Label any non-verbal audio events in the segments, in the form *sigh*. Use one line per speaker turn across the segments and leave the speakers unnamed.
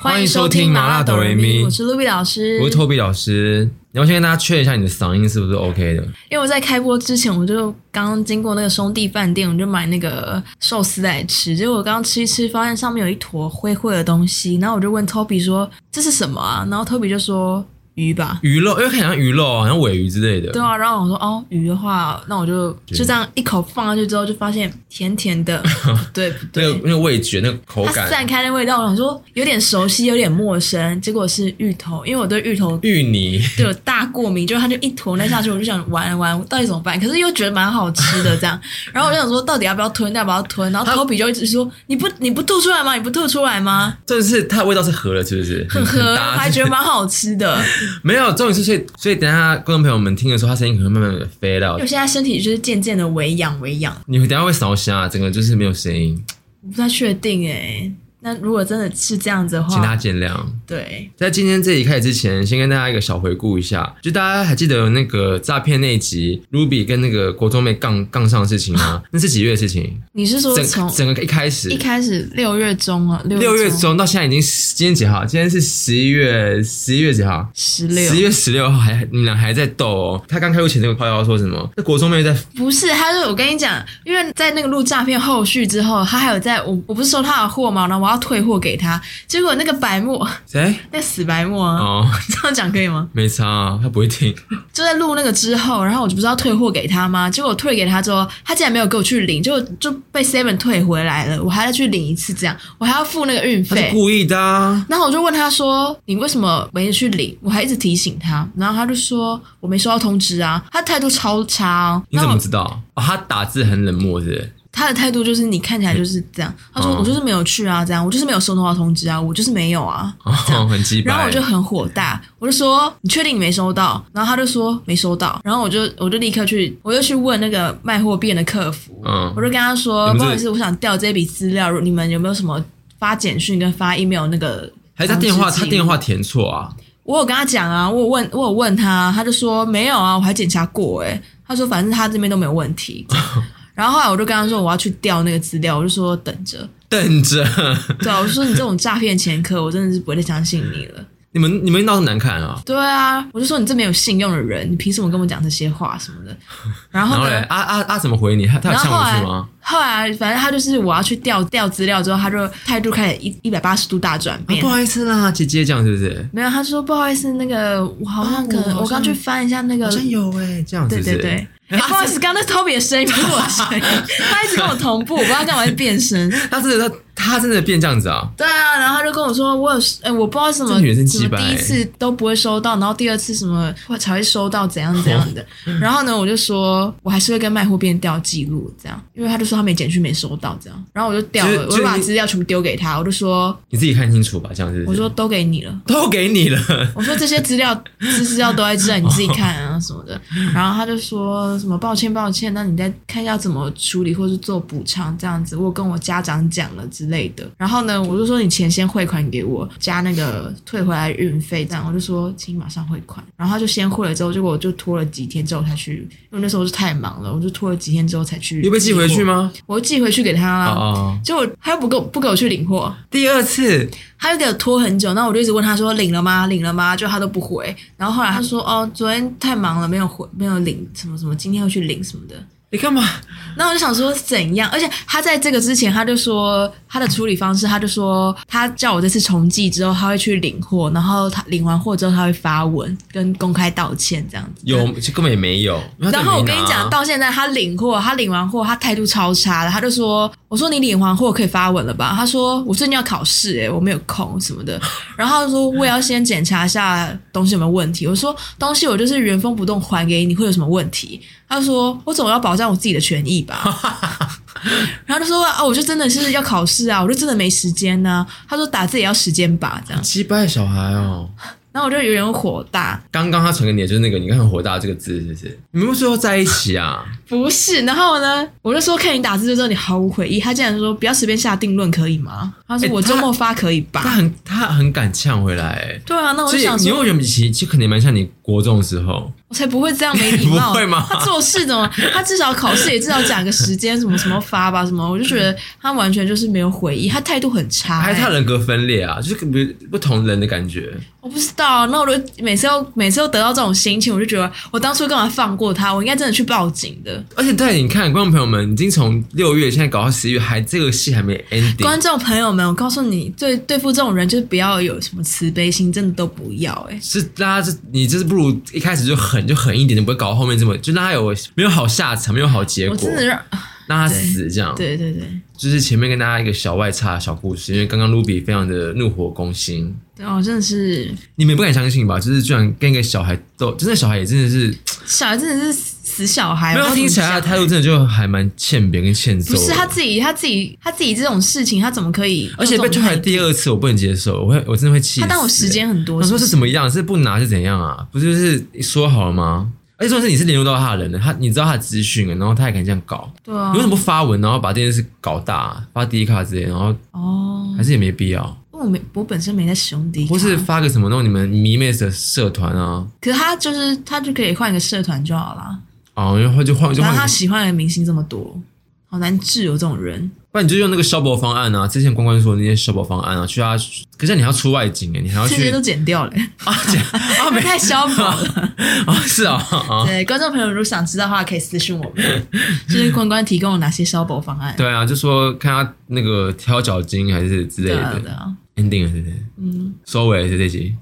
欢迎收听麻辣哆瑞咪
我是露比老师，
我是 Toby 老师，你要先跟大家确认一下你的嗓音是不是 OK 的？
因为我在开播之前，我就刚刚经过那个兄弟饭店，我就买那个寿司来吃。结果我刚刚吃一吃，发现上面有一坨灰灰的东西，然后我就问 Toby 说：“这是什么啊？”然后 Toby 就说：“鱼吧。
鱼肉，因为看起来像鱼肉啊，好像尾鱼之类”的。
对啊，然后我说：“哦，鱼的话，那我就
对
就这样一口放下去之后，就发现甜甜
*laughs*
的，不对不
那个
对，
那个味觉，那个口
它散
感，
开的味道，我想说有点熟悉，有点陌生。结果是芋头，因为我对芋头
芋泥，
对我大过敏，就是它就一坨那下去，我就想玩玩，到底怎么办？可是又觉得蛮好吃的这
*laughs*
样，然后我就想说，到底要不要吞，要不要吞？然后托比就一直说，你不你不吐出来吗？你不吐出来吗？
真的是它的味道是合了，是不是？
很合，我
搭
还觉得蛮好吃的。
没有，重点是所以所以等一下观众朋友们听的时候，它声音可能会慢慢的 fade
因
out，
为现在身体就是渐渐的微痒微痒，
你等一下会烧瞎，整个就是没有声音，
我不太确定哎、那如果真的是这样子的
请大家
话，
见谅。
对，
在今天这里开始之前，先跟大家一个小回顾一下，就大家还记得有那个诈骗那集，Ruby 跟那个国中妹杠杠上的事情
*laughs*
吗？那是几月的事情？
你是说从
整整个一开始
一，开始六月中啊，
六月
中
中到现在已经十今天几号？今天是十一月十一月几号？
十
十一
六。
月十六号还你们俩还在斗哦。他刚开录前那个泡椒说什么？那国中妹在
不是，他是我跟你讲，因为在那个录诈骗后续之后，他还有在我我不是收他的货嘛，然后我要退货给他，结果那个白沫，
谁？
*laughs* 那个死白沫啊，
哦，
这样讲可以吗？
没差啊，他不会听。
就在录那个之后，然后我就不是要退货给他吗？结果我退给他之后，他竟然没有给我去领，就就被 Seven 退回来了，我还要去领一次，这样我还要付那个运
他是
费。
故意的、啊。
然后我就问他说：“你为什么没去领？”我还一直提醒他，然后他就说：“我没收到通知啊。”他态度超差、哦。
你
然
怎
后我
么知道？哦，他打字很冷漠，是不是？
他的态度就是你看起来就是这样。他说
嗯哦
我就是没有去啊，这样我就是没有收到通知啊，我就是没有啊。
哦，很鸡掰。
然后我就很火大，我就说你确定你没收到？然后他就说没收到。然后我就我就立刻去，我就去问那个卖货店的客服，
嗯
我就跟他说
你们
不
这
好意思，我想调这笔资料，你们有没有什么发简讯跟发 email 那个？
还是他电话，
通知记
他
录
电话填错啊？
我有跟他讲啊，我有问，我有问他，他就说没有啊，我还检查过诶、他说反正他这边都没有问题。
*laughs*
然后后来我就跟他说我要去调那个资料，我就说等着。
等着 *laughs*
对啊，我说你这种诈骗前科，我真的是不会再相信你了。
你们，你们闹得难看啊！
对啊，我就说你这没有信用的人，你凭什么跟我讲这些话什么的？然
然
后
后嘞
呢，？
啊啊啊！怎么回你？他他有
然
呛
后后
回
来
去吗？，
后来反正他就是我要去调调资料之后，他就态度开始一一百八十度大转
啊
变。
不好意思啦，姐姐这样是不是？
没有，他说不好意思，那个我好像可能、
啊我好像
我刚去翻一下那个
好，像有哎、这样子
对
是不
呃对
是
对，
*laughs*
哎不好意思，刚刚那是 Toby 的声音不是我的声音，他一直跟我同步，我不知道干嘛会变声。
他真的他他真的变这样子啊？
对啊，然后他就跟我说，我有，哎、我不知道什么，
这女生
什
鸡
么
掰
第一次都不会收到，然后第二次什么才会收到，怎样怎样的。然后呢，我就说我还是会跟卖货店调记录，这样，因为他就说他没简讯没收到，这样。然后我就调
就是
了，我
就是
就把
你
资料全部丢给他，我就说，
你自己看清楚吧，这样是不
我
是？
说都给你了，
都给你了，
我说这些资料 *laughs* 资资料都在这，你自己看啊什么的。然后他就说什么抱歉抱歉，那你再看一下怎么处理或是做补偿这样子。我有跟我家长讲了之类的。然后呢，我就说你钱先汇款给我，加那个退回来运费这样。我就说请马上汇款。然后他就先汇了之后，结果我就拖了几天之后才去，因为那时候我是太忙了，我就拖了几天之后才去。
又被寄回去？吗？
我就寄回去啊给他啦。
哦哦，
结果他又不给我不给我去领货，
第二次
他就给我拖很久，那我就一直问他说领了吗？领了吗？就他都不回。然后后来他说哦，昨天太忙了，没有回，没有领什么什么，今天要去领什么的。
你干嘛？
那我就想说怎样？而且他在这个之前，他就说他的处理方式，他就说他叫我这次重寄之后，他会去领货，然后他领完货之后，他会发文跟公开道歉这样子。
有根本也没有。因为他
*laughs* 然后我
根
跟
本没
你
拿
讲，到现在他领货，他领完货，他态度超差的。他就说：“我说你领完货可以发文了吧？”他说：“我最近要考试、欸，我没有空什么的。” *laughs* 然后他说：“我也要先检查一下东西有没有问题。”我说：“东西我就是原封不动还给你，会有什么问题？”他说：“我总要保障我自己的权益吧。” *laughs* 然后他说：“啊，我就真的是要考试啊，我就真的没时间呢、他说：“打字也要时间吧，这样。
击败小孩哦。”
然后我就有点火大，
刚刚他传给你的就是那个，你看很火大这个字是不是？你们不是说在一
*laughs*
起啊？
不是，然后呢，我就说看你打字就知道你毫无悔意。他竟然说不要随便下定论，可以吗？他说
欸
我周末发可以吧？
他很他很敢呛回来、
对啊，那我
所
就
以
想
你
说，
会觉得其实可能蛮像你国中的时候，
我才不会这样没礼
你
貌。
*laughs* 不会吗
他做事怎么？他至少考试也至少讲个时间，什么什么发吧，什么。我就觉得他完全就是没有回忆，他态度很差、
还
欸
是他人格分裂啊，就是不不同人的感觉。
我不知道，那我就每次要每次都得到这种心情，我就觉得我当初干嘛放过他？我应该真的去报警的。
而且对，你看观众朋友们，已经从六月现在搞到十一月，还这个戏还没 ending。
观众朋友们，我告诉你，对对付这种人，就是不要有什么慈悲心，真的都不要、欸。哎，
是大家这你就是不如一开始就狠就狠一点，你不会搞到后面这么就让他有没有好下场，没有好结
我
果，
真的让
让他死这样。，
对对对，
就是前面跟大家一个小外插小故事，因为刚刚 Ruby 非常的怒火攻心，
对哦，真的是
你们也不敢相信吧？就是居然跟一个小孩斗，真的小孩也真的是
小孩，真的是死小孩。
没
哎我
有
不
听起来他的
想
态度，真的就还蛮欠扁跟欠揍
不
的。
是他自己，他自己，他自己这种事情，他怎么可以？
而且被推
还
来第二次，我不能接受，我会我真的会气死、
他当我时间很多，
欸我
是
说
不
是
是
怎么样？是不拿是怎样啊？不就是说好了吗？而且说是你是联络到他的人了，他你知道他的资讯了，然后他也敢这样搞，
对啊
你为，什么不发文，然后把这件事搞大，发第一卡之类，然后
哦，
还是也没必要，
因为我没，我本身没在使用 D，
或是发个什么弄你们迷妹的社团啊，
可是他就是他就可以换一个社团就好了。
哦，然后就换就
然
换
后，他喜欢的明星这么多，好难治哦有这种人。
不然你就用那个消薄方案啊，之前关关说的那些消薄方案啊，去他，可是你还要出外景哎，你还要
这些
去
都剪掉了，
啊
*laughs*
这样啊没
太消薄了。
啊 *laughs* 是啊 *laughs* 啊
对，观众朋友如果想知道的话，可以私信我们，就是关关提供了哪些消薄方案。
对啊，就说看他那个挑脚筋还是之类
对啊，对
的
啊。
ending 了是不是？嗯，收尾了是这集。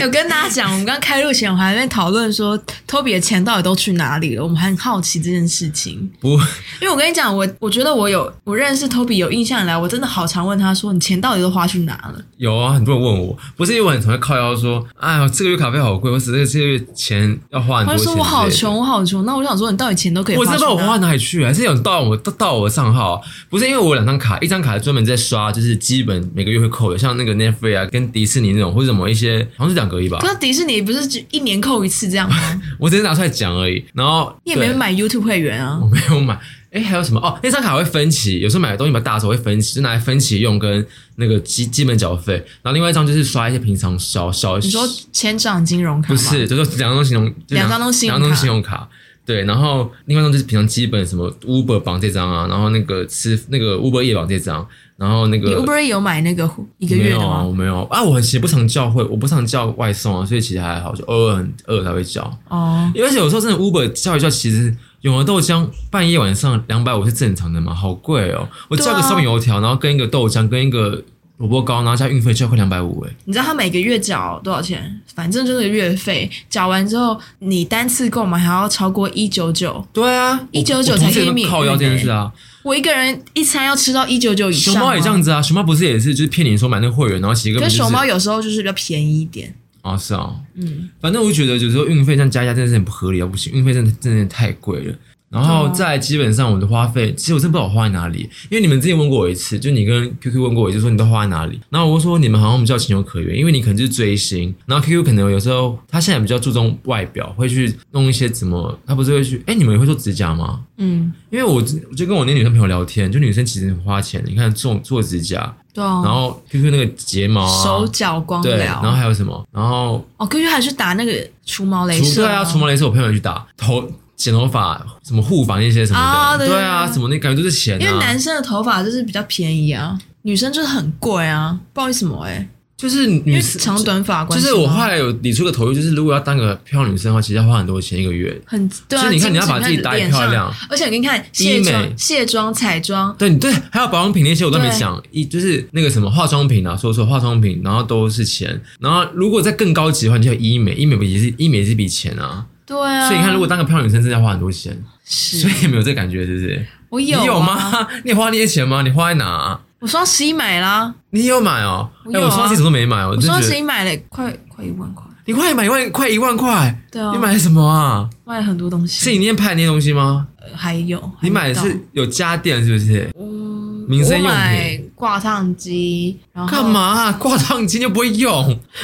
有跟大家讲，我们刚开录前，我还在讨论说，托比的钱到底都去哪里了？我们很好奇这件事情。
不，
因为我跟你讲，我我觉得我有我认识托比有印象以来，我真的好常问他说，你钱到底都花去哪了？
有啊，很多人问我，不是因为我很常会靠腰说，哎呀，这个月卡费好贵，我只是这个月钱要花很
他
多
就
钱
说
之类的。
我好穷，啊我好穷。那我想说，你到底钱都可以
我
花去
知
哪？
道我花哪里去，还是有到我到到我账号，不是因为我有两张卡，一张卡专门在刷，就是基本每个月会扣的，像那个 Netflix 啊，跟迪士尼那种，或者什么
*laughs*
一些，好像是两个亿吧
可，是迪士尼 *laughs* 不是只一年扣一次这样吗？
我只是拿出来讲而已。然后
你也没
对
买 YouTube 会员啊
我？没有买。哎，还有什么？哦，那张卡会分期，有时候买的东西比较大的时候会分期，就拿来分期用跟那个基基本缴费。然后另外一张就是刷一些平常小小。
你说千掌金融卡吗
不是，就是两张信用，就
两张都信用
两张都信用卡。对，然后另外一张就是平常基本什么 Uber 绑这张啊，然后那个吃那个 Uber 夜绑这张，然后那
你
个
Uber 有买那个一个
没
月
有
的
啊，
吗？
我没有啊，我很其实不常叫会，我不常叫外送啊，所以其实还好，就偶尔很饿才会叫。
哦，
而且有时候真的 Uber 叫一叫，其实永和豆浆半夜晚上两百五是正常的嘛，好贵哦！我
对啊
叫个烧饼油条，然后跟一个豆浆，跟一个萝卜糕，然后加运费就要快两百五哎。
你知道他每个月缴多少钱？反正就是月费，缴完之后你单次购买还要超过一九九。
对啊，
199
我同事
才可以
也
免
靠腰这件事啊。
我一个人一餐要吃到一九九以上
熊
吗，
猫也这样子啊，熊猫不是也是就是骗你说买那个会员，然后其实根
可
本
是
就是
熊猫有时候就是比较便宜一点。
啊是啊，嗯，反正我就觉得有时候运费这样加一加真的是很不合理啊，不行，运费真的真的太贵了。然后
对啊
再来基本上我的花费，其实我真不知道我花在哪里，因为你们之前问过我一次，就你跟 QQ 问过我一次，说你都花在哪里，然后我就说你们好像比较情有可原，因为你可能就是追星，然后 QQ 可能有时候他现在比较注重外表，会去弄一些怎么，他不是会去，哎，你们也会做指甲吗？
嗯，
因为我我就跟我那女生朋友聊天，就女生其实很花钱，你看做做指甲，
对啊。
然后 QQ 那个睫毛啊，
手脚光
对，
疗，
然后还有什么？然后
哦，可是还去打那个除毛镭
除
射、
对啊，除毛镭射我朋友也去打头。剪头发、什么护发那些什么
啊
的，
对
对啊，
对对
什么那感觉都是钱啊。
因为男生的头发就是比较便宜啊，女生就是很贵啊，不知道为什么哎、
就是
因
女
为
生
长短发的
就
关系吗。
是我后来有理出个头绪，就是如果要当个漂亮女生的话，其实要花很多钱一个月。
很对
所
啊，
以你
精
看你要把
神
自己打理
脸上
漂亮，
而且我给你看卸
医美
妆、卸妆、彩妆，
对对，还有保养品那些我都没
对
想，一就是那个什么化妆品啊，说说化妆品，然后都是钱。然后如果再更高级的话，你就有医美，医美不也是医美也是一笔钱啊。
对啊。
所以你看，如果当个漂亮女生，真的要花很多钱。
是
所以也没有这感觉，是不是？
我有啊
你
*laughs*
有？吗？你有花那些钱吗？你花在哪、
我双十一买啦，
你有买哦？
我
哎
有啊
我双十一什么都没买，我
我
真
双
觉
十
得
一买了快快一万块，
你快买一万，快一万块。
对啊
你买什么啊？
买了很多东
是你
西，
那天拍的那些东西吗？
呃还有
你买的
还没到
是有家电是不是？
嗯
民生用品
我买挂烫机，然后
干？嘛挂烫机就不会
*laughs*
用？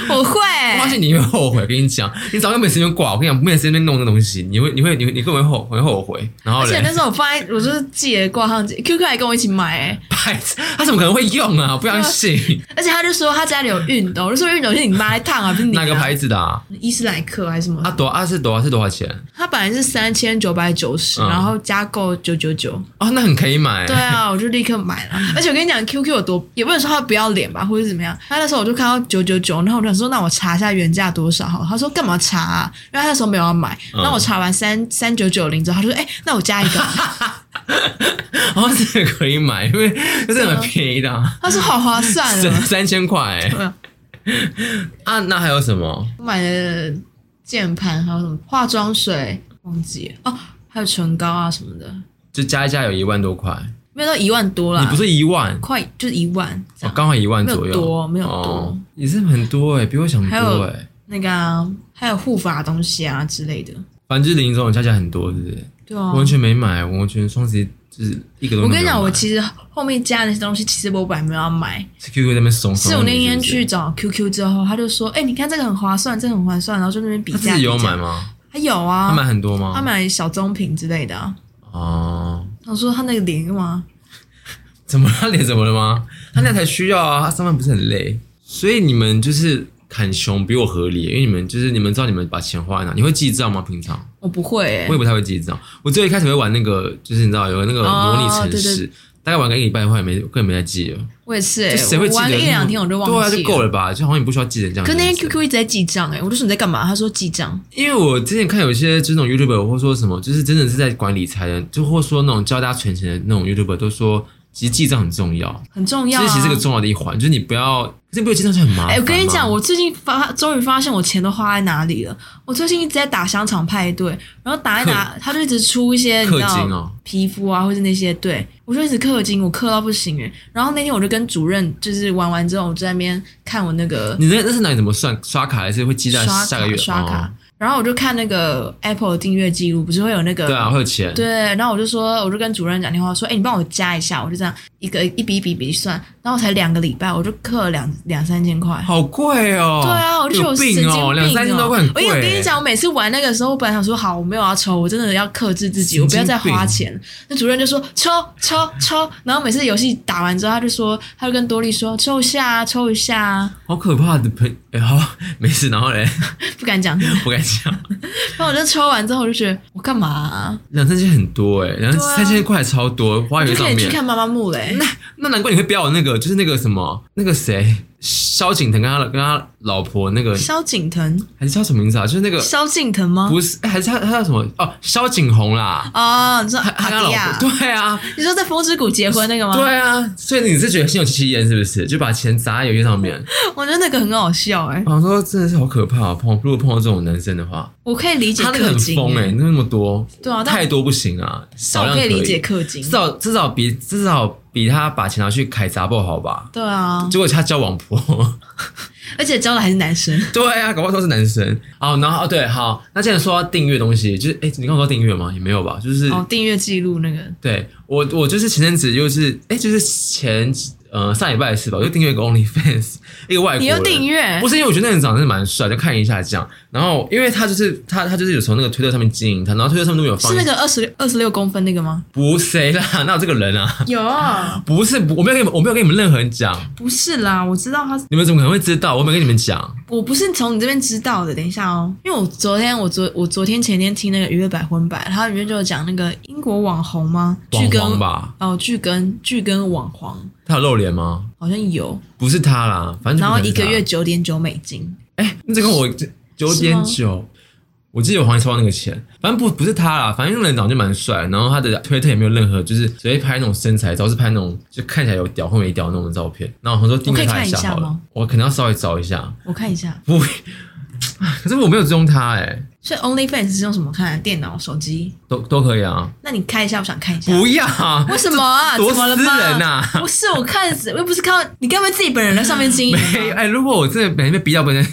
我会，
我发现你会后悔，跟你讲，你早上没时间挂，我跟你讲，没时间弄这东西，你会你会你会你根本会后会后悔。然后
而且
嘞， *laughs*
那时候我放在，我就是记得挂烫机，QQ 还跟我一起买、欸，
拜他怎么可能会用啊？不相信
而且他就说他家里有熨斗，我就说熨斗是你妈在烫啊，不是 *laughs* 你、啊。
哪个牌子的啊？
伊斯莱克还是什么？
啊多啊是多啊是多少钱
它本来是三千九百九十，
嗯
然后加购九九九。
啊？那很可以买。
对啊，我就立刻买
*laughs*
了。而且我跟你讲，QQ 有多，也不能说他不要脸吧，或者怎么样。他那时候我就看到九九九，然后我就想说，那我查一下原价多少好了。他说干嘛查、啊？因为他那时候没有要买。
嗯
那我查完三三九九零之后，他就说，哎、那我加一个。
*laughs* 啊，这个可以买，因
*laughs*
为这很便宜的啊，
他说好划算
三
啊。
三千块欸
对啊
*laughs* 啊。那还有什么？
我买了键盘，还有什么化妆水，忘记了哦，还有唇膏啊什么的，
就加一加有一万多块，
没有到一万多啦。
你不是一万，
快就是一万这
哦，
样。
刚好一万左
没
右，
有多没有多
哦，也是很多哎、比我想
还
多
有
哎、
那个、啊、还有护发东西啊之类的。
反正就是零总加起来很多，是不是？
对啊，
我完全没买，我完全双十一就是一个都没有买。
我跟你讲，我
实
其实后面加的那些东西，其实我本来没有要买，
是 QQ 在那边怂，
是
怂
我
恿
那
你
天
是不
去
是，
找 QQ 之后，他就说：“哎、你看这个很划算，这个很划算。”然后就那边比
他
价。
自己有
比价
买？吗？
他有
他买
啊，
很多吗？
他买小棕瓶之类的啊。
哦，
我说他那个脸干嘛？
怎么了他脸怎么了吗？他那才需要啊，他上班不是很累，所以你们就是砍熊比我合理，因为你们就是你们知道你们把钱花在哪，你会记账吗？平常
我不会、欸
我也，不太会记账，我最一开始会玩那个，就是你知道有那个模拟城
哦
市。
对
大概玩个一个礼拜后，也没根本没在记了。
我也是、
就
欸，
谁会记
我
得那
玩
么？
个一两天我就忘记
对啊，就够了吧？就好像你不需要记成这样。
可那天
是不是
QQ 一直在记账，哎，我就说你在干嘛？他说记账。
因为我之前看有些就是那种 YouTuber 或说什么，就是真的是在管理财的，就或说那种教大家存钱的那种 YouTuber 都说，其实记账很重要，
很重
这
要、啊。
其实是个重要的一环，就是你不要，可是不会记账就很麻烦嘛。
哎、我跟你讲，我最近发终于发现我钱都花在哪里了。我最近一直在打香肠派对，然后打一打，他就一直出一些你知
氪
道、
金哦
皮肤啊，或是那些对我就一直氪金，我氪到不行哎。然后那天我就跟主任就是玩完之后，我就在那边看我那个
你那那是哪里怎么算？刷卡还是会记在
刷
下个
卡
月？
刷卡，
哦
然后我就看那个 Apple 的订阅记录，不是会有那个
对啊，会有钱。
嗯对，然后我就说，我就跟主任讲电话说，哎、你帮我加一下，我就这样一个一笔一笔笔算，然后才两个礼拜，我就氪了两两三千块。
好贵哦！
对啊，我就
有
神
病
经病啊哎
哦，两三千多块很
我
贵。欸
有跟你，讲，我每次玩那个时候，我本来想说好，我没有要抽，我真的要克制自己，我不要再花钱。那主任就说抽抽抽，然后每次游戏打完之后，他就说，他就跟多利说抽一下啊，抽一下啊，
好可怕的朋哎，好没事，然后嘞， *laughs*
不敢讲。
不敢讲，
然后我就抽完之后，我就觉得我干嘛啊、
两三千很多哎，两
对啊
三千块超多，花
我就
园上
可以去
面。
看妈妈木
*laughs*
嘞、
那难怪你会标我那个，就是那个什么，那个谁，萧敬腾跟他跟他老婆那个，
萧敬腾，
还是叫什么名字啊？就是那个
萧敬腾吗？
不是，哎还是他他叫什么？哦，萧景红啦，
哦，你说
他他
阿
跟
迪
他老
亚
婆，？对啊，
你说在风之谷结婚那个吗？
对啊，所以你是觉得心有戚戚焉是不是？就把钱砸在油烟上面，
我觉得那个很好笑哎、
我想说真的是好可怕、啊，碰如果碰到这种男生的话，
我可以理解
他那个
氪
很
金、
疯哎、
欸，
那么多，
对啊但
太多不行啊，
但
少
我
量
可以
以
理解氪金
至，少至少比至少比他把钱拿去凯砸不好吧？
对啊，
结果他交往婆。 *laughs*
而且交的还是男生。
对啊，搞不好都是男生。好，然后哦对，好，那既然说到订阅东西，就是哎，你刚刚说订阅吗？也没有吧，就是、
哦，订阅记录那个，
对我我就是前阵子就是哎，就是前呃上礼拜的事吧，我就订阅一个 OnlyFans，一个外国人。
你又订阅
不？是因为我觉得那个人长得是蛮帅，就看一下这样。然后因为他就是他他就是有从那个推特上面经营他，然后推特上面都有放
是那个二十二十六公分那个吗？
不谁啦，哪有这个人啊？
有，
不是，我没有跟你们我没有跟你们任何人讲，
不是啦，我知道他，
你们怎么可能会知道？我没有跟你们讲。
我不是从你这边知道的。等一下哦，因为我昨天我昨我昨天前天听那个娱乐百分百，然后里面就有讲那个英国网红吗？巨
网
根
黄吧？
哦，巨根巨根网黄
他有露脸吗？
好像有，
不是他啦，反正就
然
不
后
可能
一
是
个
他
月九点九美金，
哎、那这跟我九点九，我记得我好像收到那个钱，反正不不是他啦，反正那个人长得就蛮帅，然后他的推特也没有任何就是只会拍那种身材照，是拍那种就看起来有屌或没屌那种照片。然后我说订阅他下好
我可以看一下
了
吗，
我可能要稍微找一下。
我看一下。
不， *laughs* 可是我没有追踪他哎、
所以 OnlyFans 是用什么看？啊电脑、手机？
都都可以啊，
那你开一下，我想看一下。
不要
为什么啊？
*laughs* 多
怎么了
私
吧
人啊呐
不是，我看死，我又不是看到你，该不会自己本人在上面经营吧？
*laughs* 没哎、如果我真的被被逼到，不能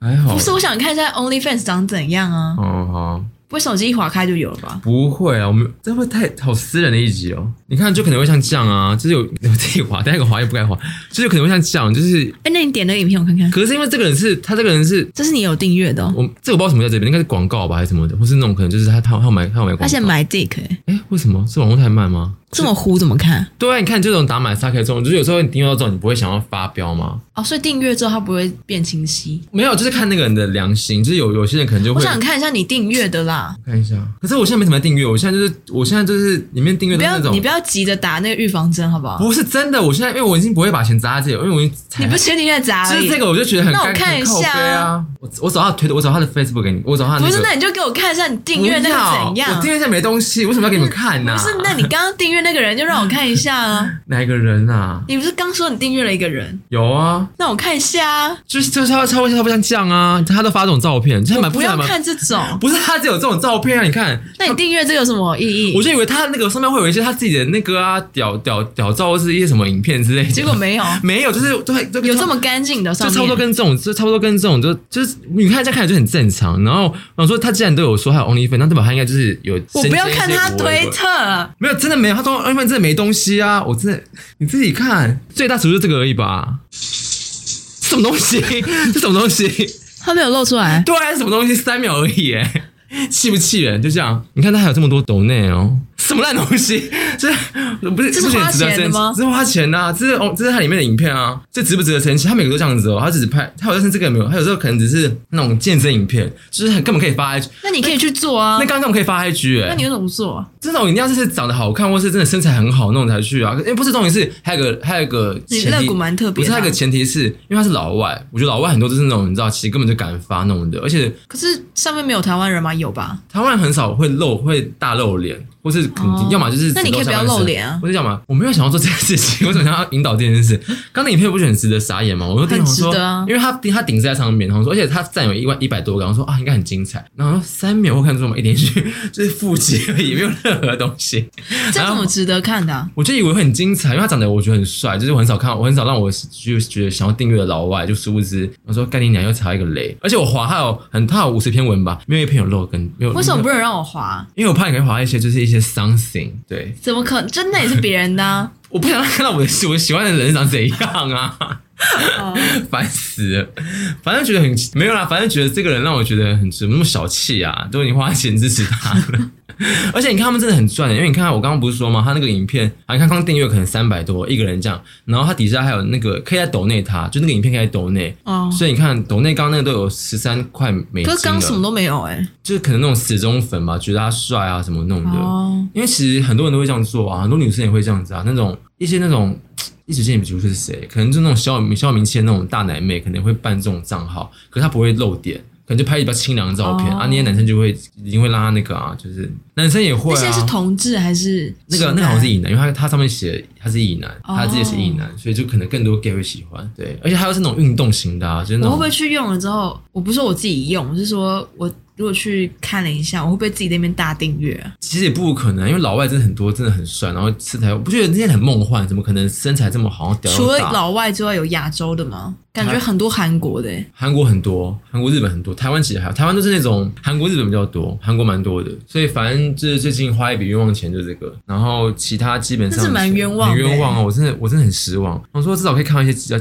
还好 *laughs*
不。是，我想看一下 OnlyFans 长怎样啊？
哦好，
不会手机一划开就有了吧？
不会啊，我们这会不会太好私人的一集哦。你看，就可能会像这样啊，就是有 *laughs* 我自己滑，但那个滑也不该滑，就是有可能会像这样，就是。
哎，那你点那个影片我看看，
可是因为这个人是他，这个人是
这是你有订阅的哦，
我这个我不知道什么在这边，应该是广告吧，还是什么的，或是那种可能就是他他他有买他有买广告。
而且买 dick 哎，
哎，为什么是网络太慢吗？
这么糊怎么看？
对啊，你看这种打满杀可以中，就是有时候你听到这种，你不会想要发飙吗？
哦，所以订阅之后它不会变清晰。
没有，就是看那个人的良心，就是有有些人可能就
我
会
想看一下你订阅的啦，
看一下。可是我现在没怎么在订阅，我现在就是我现在就是里面订阅
不
的
要
那种
你不要急着打那个预防针好不好？
不是真的，我现在因为我已经不会把钱砸在这里，因为我已经才
你不是前几天砸
就
而
是
已
这，个，我就觉得很
那我
尴
看一
很靠背
下啊
啊。我我找他的推特，我找他的 Facebook 给你，我找他、那个、
不是？那你就给我看一下你订阅那
不要
个怎样
我？订阅一下没东西，为什么要给你们看呢、
不是，那你刚刚订阅那个人就让我看一下
*laughs*
啊！
哪一个人啊？
你不是刚说你订阅了一个人，
有啊，
那我看一下啊！
就是就是他超超不像这样啊，他都发这种照片，就是他蛮
不
是
要
蛮
看这种，
不是他只有这种照片啊！你看，
那你订阅这有什么意
我
义？
就以为他那个上面会有一些他自己的那个啊屌屌屌照，或是一些什么影片之类的。
结果没
*laughs*
有，
没有，就是对对，
有这么干净的上
就
面，
差不多跟这种，就差不多跟这种，就就是你看这样看起来就很正常。然后我想说，他既然都有说他有 OnlyFans，那代表他应该就是有。
我不要看他推，特，
没有真的没有，他说 OnlyFans 真的没东西啊！我真的你自己看，最大尺度就这个而已吧。 *laughs* 什么东西？ *laughs* 这什么东西？
他没有露出来。
对啊，什么东西？三秒而已，哎，气不气人？就这样，你看他还有这么多抖内哦，什么烂东西？ *laughs* 这不是
这是
不觉得
花
值得
钱的
生气
吗
这是花钱呐、啊，这是哦，这是它里面的影片啊，这值不值得生气？他每个都这样子哦，他只是拍，他有时候是这个也没有，他有时候可能只是那种健身影片，就是很根本可以发 IG，、
那你可以去做啊
那，刚刚可以发 IG 哎、
那你为什么不做？啊
这种一定要是长得好看，或是真的身材很好那种才去啊。因为不是重点是，还有个还有个
你
前
肋
提
骨蛮特别
不
的
是
啊
还有个前提是因为他是老外，我觉得老外很多都是那种你知道，其实根本就敢发那种的，而且
可是上面没有台湾人吗？有吧？
台湾很少会露会大露脸，或是肯定、
哦
要么就是只
那你可以不要
下半身
露脸啊
或者要么我没有想要做这件事情，我想要引导这件
*laughs*
事。刚才影片不是很值得傻眼吗？我就听
很
我说，
值得啊
因为他他顶在上面，然后说，而且啊他占有一万一百多个，然后说啊应该很精彩，然后说啊三秒我看出什么一点去，就是腹肌而已，没有任何东西。
这有什么值得看的啊？
我就以为会很精彩，因为他长得我觉得很帅，就是我很少看，我很少让我就是觉得想要订阅的老外，就殊不知我说干你娘又踩到一个雷，而且我滑还有很他有五十篇文吧，没有一篇有漏跟没有
为什么
没有
不能让我滑？啊
因为我怕你可能滑一些就是一些 something，对，
怎么可能？真的也是别人的
*laughs*
啊！
我不想让看到我的我 *laughs* 喜欢的人长怎样啊， *laughs*
哦
烦死了。反正觉得很没有啦，反正觉得这个人让我觉得很怎么那么小气啊，都已经花钱支持他了。 *laughs* 而且你看他们真的很赚欸的，因为你看我刚刚不是说吗？他那个影片啊，你看刚订阅可能三百多一个人这样，然后他底下还有那个可以在抖内他，就那个影片可以在抖内，
哦，
所以你看抖内刚刚那个都有十三块美金
可
了，
是刚什么都没有哎。
就是可能那种死忠粉吧，觉得他帅啊什么弄的。
哦，
因为其实很多人都会这样做啊，很多女生也会这样子啊，那种一些那种。一时间也不清楚是谁，可能就那种小有小有名气的那种大奶妹，可能会办这种账号，可是她不会露点，可能就拍比较清凉的照片、
哦
啊。那些男生就会一定会拉那个啊，就是男生也会
那些是
啊。
同志还是
那个那个好像是乙男，因为他他上面写他是乙男，
哦
他自己是乙男，所以就可能更多 gay 会喜欢。对，而且还有是那种运动型的啊，就是那
我
种
会不会去用了之后，我不是说我自己用，我是说我如果去看了一下，我会不会自己在那边大订阅啊？
其实也不可能，因为老外真的很多，真的很帅，然后身材我不觉得那些很梦幻，怎么可能身材这么好？然后屌又
除了
大
老外之外，有亚洲的吗？感觉
还
很多韩国的欸、
韩国很多，韩国、日本很多，台湾其实还有，台湾都是那种韩国、日本比较多，韩国蛮多的，所以反正就是最近花一笔冤枉钱就这个，然后其他基本上
那是蛮冤枉的
很冤枉啊！我真的我真的很失望，我说至少可以看到一些比较，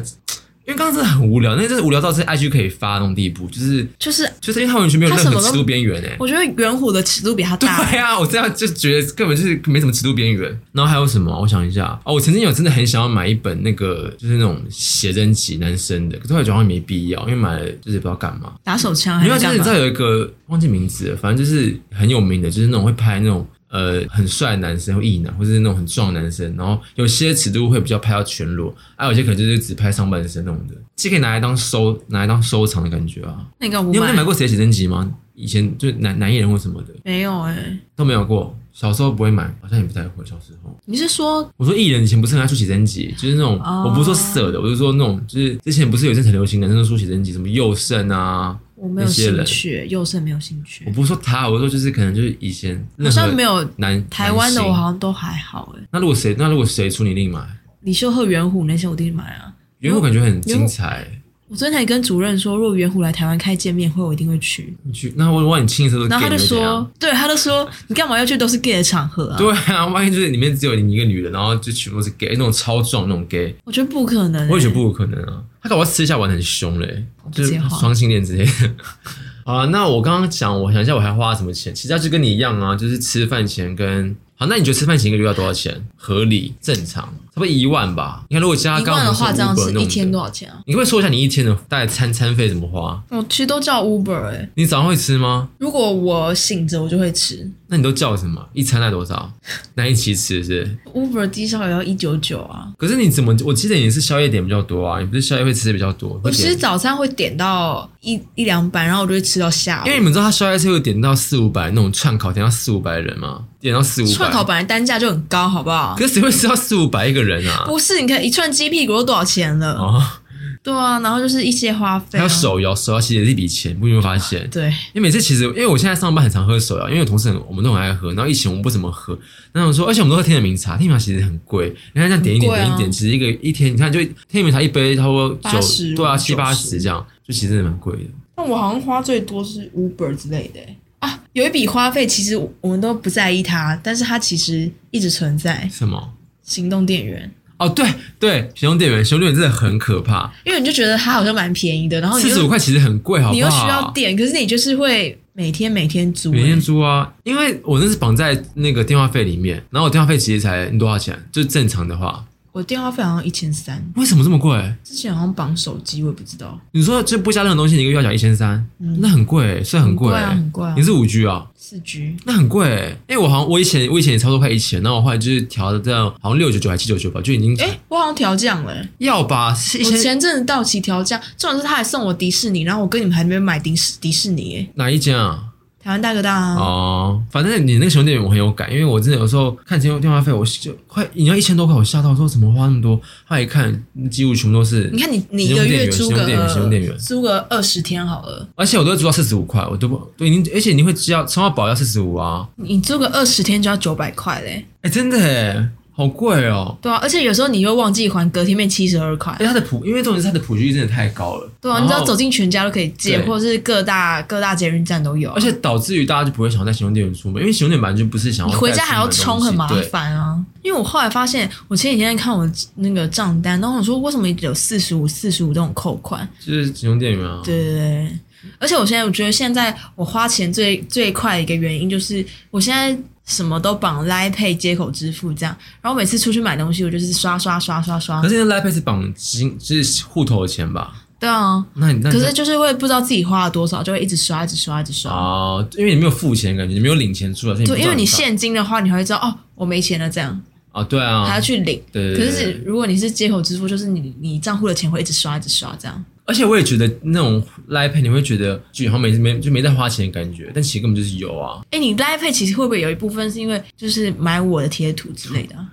因为刚刚真的很无聊，那真的无聊到是 IG 可以发那种地步，就是
就是
就是因为他完全没有任
他什
何
么都
尺度边缘哎。
我觉得圆弧的尺度比它大欸、
*laughs* 对啊，我这样就觉得根本就是没什么尺度边缘。然后还有什么？我想一下哦，我曾经有真的很想要买一本那个就是那种写真集男生的，可是后来觉得好像没必要，因为买了就是也不知道干嘛。
打手枪还
因为
是
就是
哎干
你
嘛
知？道有一个忘记名字了，反正就是很有名的，就是那种会拍那种呃很帅的男生或异男，或者是那种很壮的男生，然后有些尺度会比较拍到全裸，还、有些可能就是只拍上半身那种的，既可以拿来当收拿来当收藏的感觉啊。
那个我
你有没有买
买
过谁的写真集吗？以前就男男艺人或什么的
没有哎、
都没有过，小时候不会买，好像也不太会。小时候，
你是说
我说艺人以前不是很爱出写真集，就是那种、
哦
我不是说色的，我是说那种就是之前不是有一阵很流行男生都出写真集，什么佑胜啊，
我没有
那些
兴
人
趣，右肾没有兴
我
趣，
不是说他，我是说就是可能就是以前
好像没有
男
台湾的，
男
我
星
好像都还好哎、
那如果谁那如果谁出你另买，
李秀赫、圆弧那些我一定买啊，
因为我感觉很精彩。
我昨天才跟主任说，如果圆虎来台湾开见面会，我一定会去。
你去，那我万一亲的时候都 gay，
然后他就
你会怎样
说，对，他就说你干嘛要去都是 gay 的场合啊？
啊对啊，万一就是里面只有你一个女的，然后就全部都是 gay，那种超壮那种 gay，
我觉得不可能、欸，
我也觉得不可能啊。他搞不好私下玩得很凶嘞、就是
接话
双性恋之类的。 *laughs* 好啊，那我刚刚讲，我想一下我还花了什么钱，其实就跟你一样啊，就是吃饭钱跟。好，那你觉得吃饭钱一个月要多少钱？合理正常，差不多一万吧。你看，如果加
一
刚
万
啊刚
的话，这样
子
子一天多少钱啊？
你可不可以说一下你一天的大概餐餐费怎么花？
我其实都叫 Uber 哎、
你早上会吃吗？
如果我醒着，我就会吃
那你都叫什么？一餐大概多少？那一起吃是不是？
Uber，低消也要一九九啊。
可是你怎么？我记得你是宵夜点比较多啊，你不是宵夜会吃的比较多？
我
会
其
点
实早餐会点到一一两百，然后我就会吃到下午
因。为你们知道他宵夜是会点到四五百那种串烤，点到四五百人嘛，点到四五百。
串烤本来单价就很高，好不好？
可是谁会吃到四五百一个人啊？
不是，你看一串鸡屁股都多少钱了？
哦，
对啊，然后就是一些花费、
还
啊，
有手摇，手摇其实也是一笔钱，不知道你有没有发现？
对，
因为每次其实，因为我现在上班很常喝手摇，因为我同事很我们都很爱喝，然后以前我们不怎么喝，然后我说，而且我们都喝天人名茶，天人名茶其实很贵，你看这样点一点
很贵啊
点一点，其实一个一天，你看就天人名茶一杯差不多
80
九，对啊，七
90
八十这样，就其实蛮贵的。
但我好像花最多是 Uber 之类的、啊，有一笔花费其实我们都不在意它，但是它其实一直存在。
什么？
行动电源，
哦，对对，熊店员，熊店员真的很可怕，
因为你就觉得它好像蛮便宜的，然后你
四
就
十五块其实很贵，好不好？
你又需要电，可是你就是会每天每天租、欸
每天租啊，因为我那是绑在那个电话费里面，然后我电话费其实才多少钱？就正常的话，
我电话费好像一千三，
为什么这么贵？
之前好像绑手机，我也不知道，
你说这不加任何东西，你一个月要缴一千三，那很贵，是很贵、
嗯很贵啊很贵啊
你是五 G 啊？
四 G
那很贵、因为我好像我以前我以前也差不多快一千，然后我后来就是调的这样，好像六九九还七九九吧，就已经、
哎、我好像调降了、欸
要吧，是一
我
千
前阵子到期调降，重点是他还送我迪士尼，然后我跟你们还没有买迪士迪士尼、欸，
哪一间啊？
台湾大哥大、啊，
哦，反正你那个熊店员我很有感，因为我真的有时候看电电话费，我就快你要一千多块，我吓到，我说怎么花那么多？后来一看，几乎全部都是。
你看你你一个月租
使用电源
个呃
使用电源
租个二十天好了，
而且我都会租到四十五块，我都不对，你而且你会知道充到保要四十五啊，
你租个二十天就要九百块嘞，
哎、真的哎，好贵哦。
对啊，而且有时候你又忘记还，隔天变七十二块
哎、，它的普，因为重点是它的普及率真的太高了。
对啊，
然
你
后
只要走。进全家都可以借，
对
或者是各大各大捷运站都有啊，
而且导致于大家就不会想要在熊店员出门，因为熊店员本来就不是想要
啊你回家
带出
还要
门的
冲，
东西
很麻
对
烦啊。因为我后来发现，我前几天看我那个账单，然后我说为什么有四十五、四十五这种扣款，
就是熊店员啊。
对对对，而且我现在我觉得现在我花钱最最快的一个原因就是我现在什么都绑 Line Pay 接口支付这样，然后每次出去买东西我就是刷刷刷刷刷
可，是那 iPad 是绑金，就是户头的钱吧？
对啊，
那你那你
可是就是会不知道自己花了多少，就会一直刷一直刷一直刷。
哦，因为你没有付钱，感觉你没有领钱出来，所以
对，
不知道
因为你
到
现金的话，你还会知道哦，我没钱了这样，
啊，对
还要
啊，
去领。
对对
可
对
是如果你是接口支付，就是你你账户的钱会一直刷一直刷这样。
而且我也觉得那种 Line Pay 你会觉得就好像没没就没在花钱的感觉，但其实根本就是有啊。
哎，你 Line Pay 其实会不会有一部分是因为就是买我的贴图之类的啊？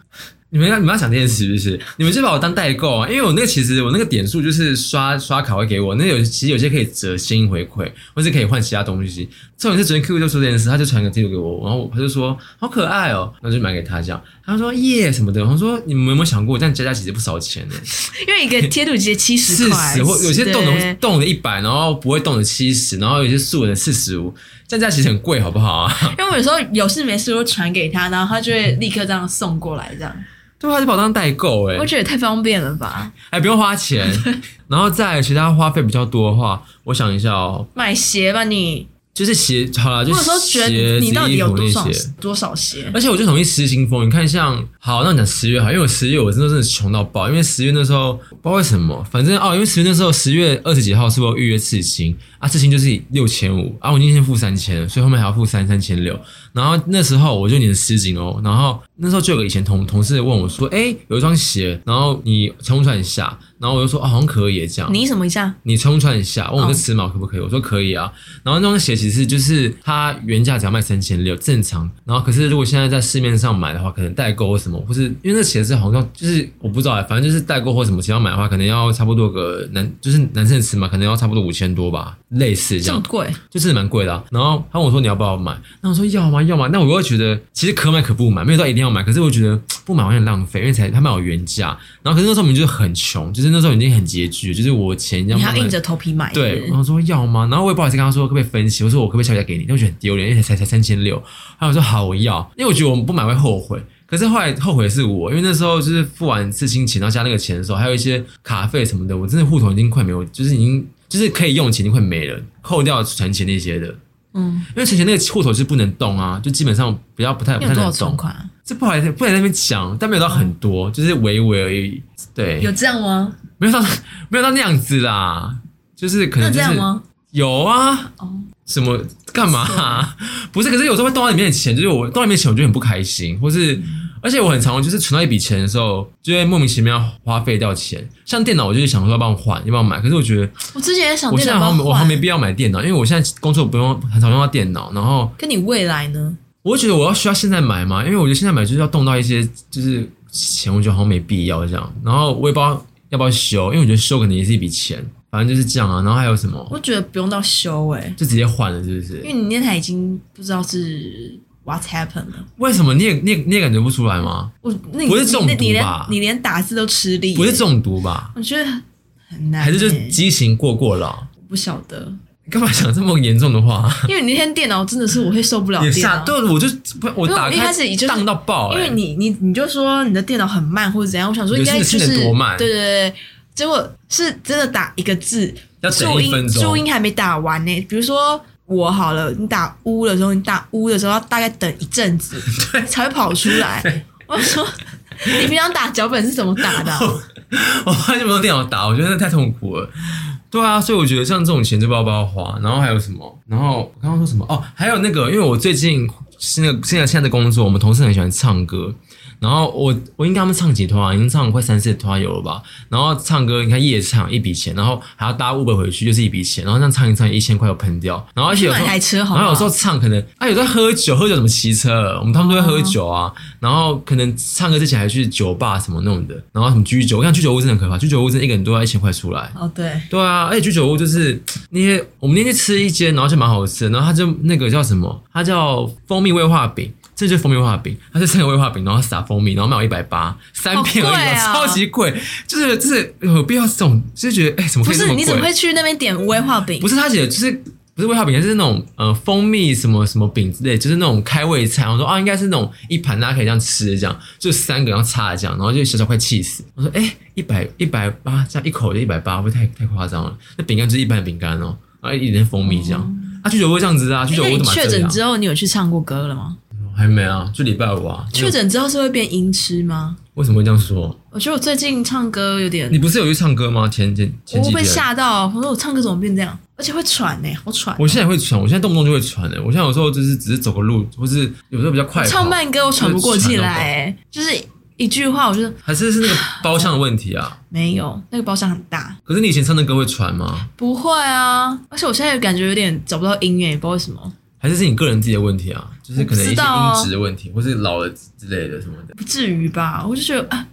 你们要你们要讲这件事是不是？你们就把我当代购啊？因为我那个其实我那个点数就是刷刷卡会给我，那有其实有些可以折新回馈，或是可以换其他东西。重点是昨天 QQ 就说这件事，他就传个贴图给我，然后我他就说好可爱哦、那我就买给他这样。他说耶什么的，我说你们有没有想过，这样加加其实不少
*laughs*
钱呢、
因为一个贴图节七十
四
块，
十或有些动的
对
动的一百，然后不会动的七十，然后有些素人四十五，这样价其实很贵，好不好啊？
因为我有时候有事没事我会传给他，然后他就会立刻这样送过来，这样
对啊，就把我当代购哎、
我
欸，
觉得也太方便了吧？
还哎不用花
*laughs*
钱。然后再来其他花费比较多的话，我想一下哦，
买鞋吧你，
就是鞋好了，
我
就
有时候觉
鞋
得
子、
你到底
衣
有
服
多
那
少
些。
多少鞋？
而且我就很易失心疯，你看像好，那我讲十月好，因为我十月我真的真的穷到爆，因为十月那时候不知道为什么，反正哦，因为十月那时候十月二十几号是我预约刺青啊，刺青就是六千五啊，我今天付三千，所以后面还要付三三千六，然后那时候我就领十斤哦，然后那时候就有个以前同同事问我说，哎、有一双鞋，然后你穿不穿一下？然后我就说，哦，好像可以耶这样。
你什么一下？
你穿不穿一下？
哦
问我这尺码可不可以？我说可以啊。然后那双鞋其实就是它原价只要卖三千六，正常。然后可是如果现在在市面上买的话，可能代购或什么，或是因为那鞋子好像就是我不知道、欸，反正就是代购或什么，只要买的话，可能要差不多个男就是男生的尺码，可能要差不多五千多吧。类似这
这么
样，
贵，
就是蛮贵的啊、然后他问我说你要不要买，那我说要吗要吗，啊那我又觉得其实可买可不买，没有到一定要买，可是我觉得不买好像浪费，因为才他卖我原价，然后可是那时候我们就是很穷，就是那时候已经很拮据，就是我钱要
你
慢
还
慢
硬着头皮买，
对，
是
然
不是
后说要吗？然后我也不好意思跟他说可不可以分期，我说我可不可以下架给你？但我觉得很丢脸，因为才才三千六。后来我说好，我要，因为我觉得我们不买会后悔。可是后来后悔的是我，因为那时候就是付完刺青钱，然后加那个钱的时候，还有一些卡费什么的，我真的户头已经快没有，就是已经就是可以用的钱已经快没了，扣掉存钱那些的，
嗯，
因为存钱那个户头是不能动啊，就基本上比较不太
你
不
有
太
多少
能
存
动。
款啊？
这不好意思，不能在那边讲，但没有到很多，就是微微而已。对，
有这样吗？
没有到没有到那样子啦，就是可
那
能
这
就
样
是
吗？
有啊，
哦，
什么干嘛、啊？ *laughs* 不是，可是有时候会动到里面的钱，就是我动到里面的钱，我就很不开心，或
嗯
是而且我很常就是存到一笔钱的时候，就会莫名其妙花费掉钱。像电脑，我就是想说要不要换，要不要买，可是我觉得
我之前也想
我
电
现在
脑
好像我好像
换
没，必要买电脑，因为我现在工作不用很少用到电脑，然后
跟你未来呢？
我会觉得我要需要现在买嘛，因为我觉得现在买就是要动到一些就是钱，我觉得好像没必要这样。然后我也不知道要不要修，因为我觉得修可能也是一笔钱，反正就是这样啊。然后还有什么
我觉得不用到修哎、
就直接换了，是不
因为
是？
你那台已经不知道是 what's happened 了。
为什么你也你也你也感觉不出来吗？
我那你
不是中毒吧
你你连你连打字都吃力、
不是，中毒吧？
我觉得很难、欸。
还是就是激情过过劳？
我不晓得，
你干嘛想这么严重
*laughs*
的话？
因为你那天电脑真的是我会受不了
也
电
吓
脑。
对，我就不我
因为我
打
一开始就是
荡到爆、
因
欸，
为你你你就说你的电脑很慢或者怎样，我想说应该
你
就
的
是
是你的多慢
对对对，结果是真的打一个字，
要
注
等一
音
分
注
钟。
音还没打完呢、比如说我好了，你打乌的时候，你打乌的时候要大概等一阵
*laughs*
子才会跑出来。我说你平常打脚本是怎么打的啊、
我发现没有电脑打，我觉得那太痛苦了。对啊，所以我觉得像这种钱就不知道要不要花。然后还有什么？然后我刚刚说什么？哦，还有那个，因为我最近是那个现在现在的工作，我们同事很喜欢唱歌。然后我我应该他们唱几团啊？已经唱快三四团有了吧？然后唱歌，你看夜唱一笔钱，然后还要搭 Uber 回去，就是一笔钱。然后这样唱一唱，一千块又喷掉。然 *laughs* 后而且有时
买
候
台车好不
然后有时
好
候？唱可能啊，有时候喝酒，喝酒怎么骑车？我们他们都会喝酒啊，然后可能唱歌之前还去酒吧什么那种的，然后什么居酒屋，像居酒屋真的很可怕，居酒屋真的一个人都要一千块出来。
哦，对，
对啊，而且居酒屋就是那些，我们那天去吃一间，然后就蛮好吃的，然后它就那个叫什么，它叫蜂蜜威化饼，这就是蜂蜜威化饼，它是三个威化饼，然后撒蜂蜜，然后卖我一百八，三片而
好贵
已，
啊
超级贵，就是就是有必要这种，就觉得哎、怎么可
不
以这
是
么
你
贵？
怎么会去那边点威化饼
不？是他写的，就是不是威化饼，就是那种呃蜂蜜什么什么饼之类，就是那种开胃菜。我说啊，应该是那种一盘大家可以这样吃，这样就三个然后插着这样，然后就小小块气死。我说哎，一百一百八，这样一口就一百八，会不会太太夸张了？那饼干就是一般的饼干哦，然后一点蜂蜜这样。啊，去酒屋这样子啊，去
哎
酒
那
屋
你
怎么
确
这
诊
样？
之后，你有去唱过歌了吗？
还没啊，就礼拜五啊。
确诊之后是会变音痴吗？
为什么会这样说？
我觉得我最近唱歌有点
你，不是有去唱歌吗？前前前
我
几
被
天。
吓到。我说我唱歌怎么变这样？而且会喘呢、好喘。
我现在也会喘，我现在动不动就会喘欸的。我现在有时候就是只是走个路，或是有时候比较快跑。
唱慢歌我喘不过气来、欸，就是一句话我就
还是是那个包厢的问题啊？
没有。那个包厢很大，
可是你以前唱的歌会传吗？
不会啊。而且我现在感觉有点找不到音乐，也不知道为什么，
还是是你个人自己的问题啊？就是可能一
我不知
些
道啊
音质的问题，或是老了之类的什么的。
不至于吧？我就觉得啊，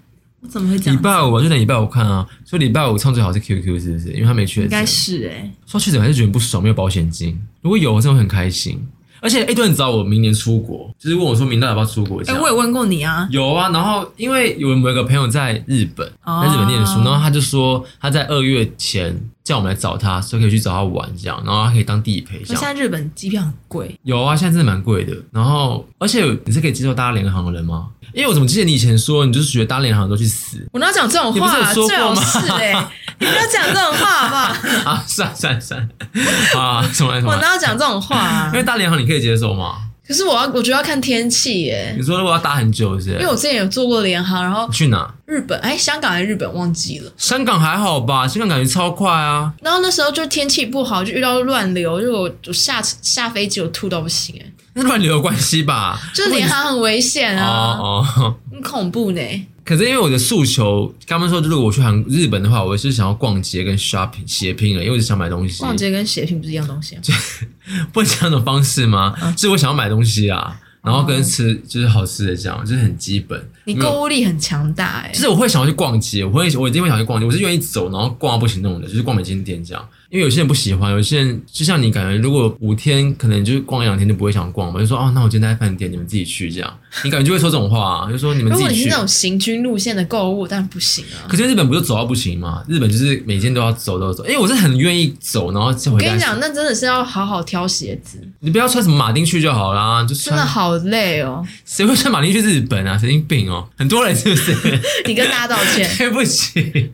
我怎么会这
礼
样？
拜五啊，就等礼拜五看啊。所以礼拜五唱最好是 QQ 是不是？因为他没确
应该
诊。
是哎、
说确诊还是觉得很不爽，没有保险金。如果有，我真的会很开心。而且，哎、对，你知道我明年出国，就是问我说明年要不要出国一下？
哎、我也问过你啊，
有啊，然后因为有某一个朋友在日本，
哦
在日本念书，然后他就说他在二月前叫我们来找他，所以可以去找他玩这样，然后他可以当地陪这
我现
样。
在日本机票很贵，
有啊，现在真的蛮贵的。然后，而且你是可以接受搭联航的人吗？因为我怎么记得你以前说，你就是觉得搭联航都去死
我哪有讲这种话、啊？
你不是有
最好
说过吗
是哎、
*laughs*
你不要讲这种话好不好？
啊！ *laughs* 算了算了算了啊，什么什
我
么？
哪有讲这种话、啊
*laughs* 因？为搭联航你可以接受吗？
可是我要，我觉得要看天气耶、
你说如果要搭很久是不
因为
是？
我之前有做过联航，然后
你去哪？
日本，哎，香港还是日本忘记了。
香港还好吧？香港感觉超快啊！
然后那时候就天气不好，就遇到乱流，就我我下下飞机我吐到不行、哎，
那乱流有关系吧？
就是联航很危险啊，
哦哦。 *laughs*
很恐怖呢、
可是因为我的诉求，刚刚说，如果我去韩日本的话，我是想要逛街跟 shopping 血拼了，因为我是想买东西。
逛街跟血拼不是一样东西、啊？嗯
不能讲那种方式吗？是我想要买东西啊，然后跟吃就是好吃的这样，就是很基本。
哦你
没有
购物力很强大哎、
就是我会想要去逛街，我会我一定会想去逛街，我是愿意走然后逛到不行那种的，就是逛每间店这样。因为有些人不喜欢，有些人就像你感觉，如果五天可能就是逛一两天就不会想逛嘛，就说哦，那我今天待在饭店，你们自己去这样。你感觉就会说这种话、啊，就说你们
如
自
果
己
你是
去
那。种行军路线的购物，当然不行啊。
可是日本不就走到不行吗？日本就是每天都要走走走，因为我是很愿意走，然后再
我
回家。
跟你讲，那真的是要好好挑鞋子，
你不要穿什么马丁去就好啦，就
真的
穿
好累哦。
谁会穿马丁去日本啊？神经病哦！很多人是不是？
你跟大家道
*laughs*，
歉
对不起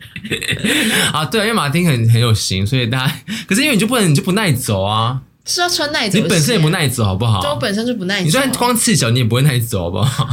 啊，对，因为马丁很很有型，所以大家可是因为你就不能你就不耐走啊，
是要穿耐走
你
鞋。
本身也不，耐走好不
就我
好？
本身就不耐走。
你就算光赤脚，你也不会耐走，好不好？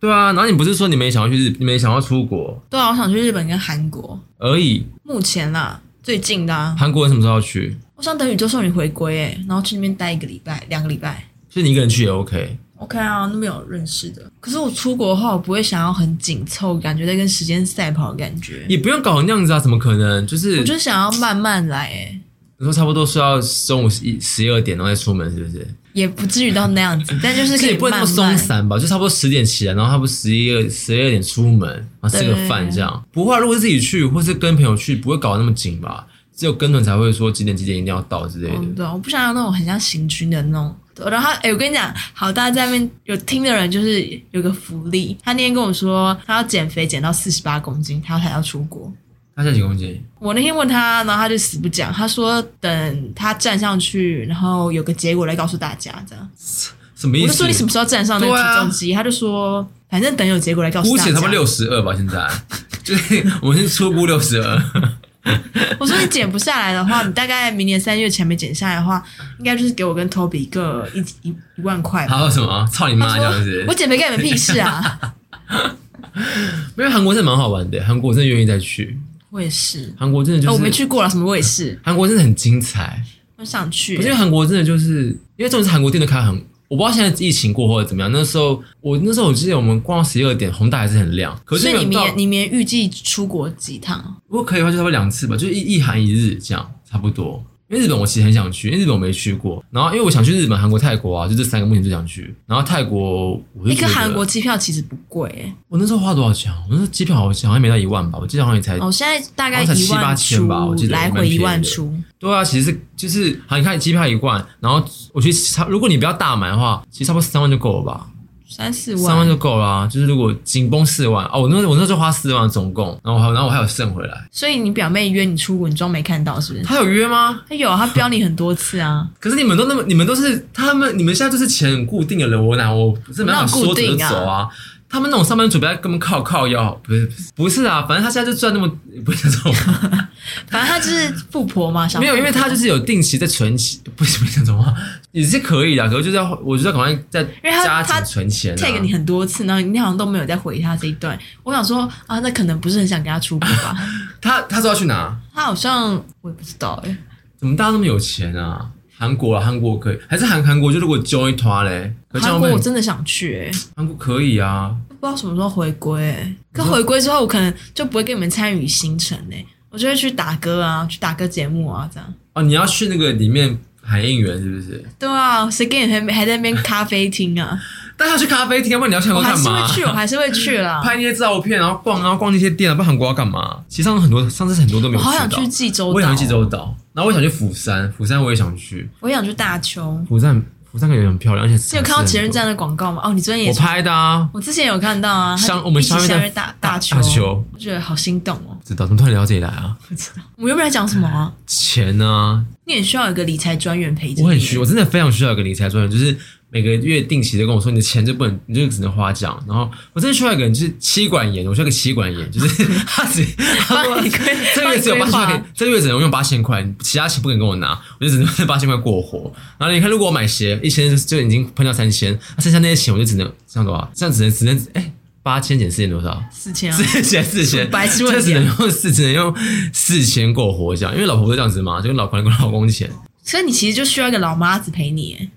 对啊，然后你不是说你们也想要去日，你们也想要出国
对啊，我想去日本跟韩国，
而已？
目前啦最近的、啊，
韩国人什么时候要去？
我想等宇宙少女回归哎、然后去那边待一个礼拜、两个礼拜。
所以你一个人去也 OK。
OK 啊，那边有认识的。可是我出国的话，我不会想要很紧凑，感觉在跟时间赛跑的感觉。
也不用搞成那样子啊，怎么可能？就是
我就想要慢慢来、欸，
你说差不多睡到中午一十二点，然后再出门，是不是？
也不至于到那样子，但就是
这
可以
也不会那
慢
么松
慢。
散吧？就差不多十点起来，然后差不多十一二十二点出门，然后吃个饭这样。不会啊，如果是自己去或是跟朋友去，不会搞得那么紧吧？只有跟团才会说几点几点一定要到之类的。
嗯，对啊，我不想要那种很像行军的那种。对然后他，哎、我跟你讲，好，大家在那边有听的人就是有个福利，他那天跟我说他要减肥减到四十八公斤，他才要出国。
他现在几公斤？
我那天问他，然后他就死不讲，他说等他站上去，然后有个结果来告诉大家，这样。
什么意
我
思？
就说你什么时候站上那个
对啊
体重机，他就说反正等有结果来告诉
姑
大
且
家
他。们六十二吧，现在 *laughs* 就是我们是初估六十
*laughs*
二。
我说你减不下来的话，你大概明年三月前没减下来的话，应该就是给我跟 Toby 各一一一万块吧。
还有什么？操你妈这样子
我！减肥干你们屁事啊！
因为韩国真的蛮好玩的，韩国真的愿意再去。
我也是，
韩国真的就
哦，我没
是，
去过了，什么我也是，
韩国真的很精彩。
我想去欸
我觉。得韩国真的就是，因为这种是韩国店都开很，我不知道现在疫情过后怎么样。那时候我那时候我记得我们逛到十一二点，宏大还是很亮，可
所
是
以你
没有
明
到
年。你明年预计出国几趟？
如果可以的话，就差不多两次吧，就是一一韩一日这样，差不多。因为日本我其实很想去，因为日本我没去过。然后因为我想去日本、韩国、泰国啊，就这三个目前最想去。然后泰国我就
一
觉
个
得
韩国，机票其实不贵、欸，
我那时候花多少钱啊？我那时候机票好像好像没到一万吧，我记得好像也才
哦，现在大概
好像才
一
七八
万
千
出
吧我记，得
来
蛮
回
便宜
一
的
万出。
对啊，其实是就是好，你看机票一万，然后我去差，如果你不要大买的话，其实差不多三万就够了吧。
三四
三万
万，
就够啦、就是如果紧绷四万哦，我那我那时候花四万总共，然后我还然后我还有剩回来。
所以你表妹约你出国，你装没看到是不是？
他有约吗？
她有啊，她标你很多次
*laughs*
啊，
可是你们都那么，你们都是他们，你们现在就是钱很固定的人，我哪我不是没办法说走就
哪有固
走
定
啊。他们那种上班族不要根本靠靠腰，不是不是啊，反正他现在就赚那么不是这种，
*laughs* 反正她就是富婆嘛，小
没有，
富
因为
婆
他就是有定期在存钱，不是不是这种话，也是可以的，可是就是要我就要赶快再
为他
加
他
紧存钱、啊。
tag 你很多次，然后你好像都没有再回她这一段。我想说啊，那可能不是很想跟她出国吧？ *laughs*
他他说要去哪？
她好像我也不知道哎、
怎么大家那么有钱啊？韩国啊，韩国可以，还是韩韩国就如果 join 团嘞，可是
韩
这样
国
会
我
很
真的想去哎、
韩国可以啊，
不知道什么时候回归、欸。可
你说
回归之后，我可能就不会跟你们参与行程哎、我就会去打歌啊，去打歌节目啊，这样。
哦，你要去那个里面韩应援是不是？
对啊，谁跟你还还在那边咖啡厅
*laughs*
啊？
但要去咖啡厅，要不然你要去韩
我
国
还
干
是
嘛
会？去，我啊还是会去
*laughs*
啦。
拍那些照片，然后逛，然后逛那些店啊，不然韩国要干嘛？其实上次很多，上次很多都没
我
有
好想
到
去。济州岛，
我也想去济，州岛，然后我也想去釜山，釜山我也想去，
我也想去大丘。
釜山釜山感觉很漂亮，而且
你有看到
还是很
前任
多
站的广告吗？哦，你昨天也
我拍的啊，
我之前有看到啊，
相我们
相
相约
约
在
大大丘，
大球，
我觉得好心动哦。
知道怎么突然聊到这里来啊？
不知道我们原本在讲什么啊？
钱啊，
你也需要有一个理财专员陪着你。
哎我很需，我真的非常需要一个理财专员，就是每个月定期的跟我说，你的钱就不能，你就只能花这样。然后我真的需要一个人，就是妻管严，我需要一个妻管严，就是
*laughs*
他只他说
帮你规
这个月只有
帮你规
八千
划
块可以，这个月只能用八千块，其他钱不能跟我拿，我就只能用八千块过活。然后你看，如果我买鞋一千就已经喷到三千，那剩下那些钱我就只能这样多少？这样只能只能哎。八千减四千多少？
四千啊，
四千四千，
白痴问
这
题啊
只能用四，只能用四千过活这样，因为老婆不是这样子嘛，就跟老婆跟老公钱。
所以你其实就需要一个老妈子陪你欸，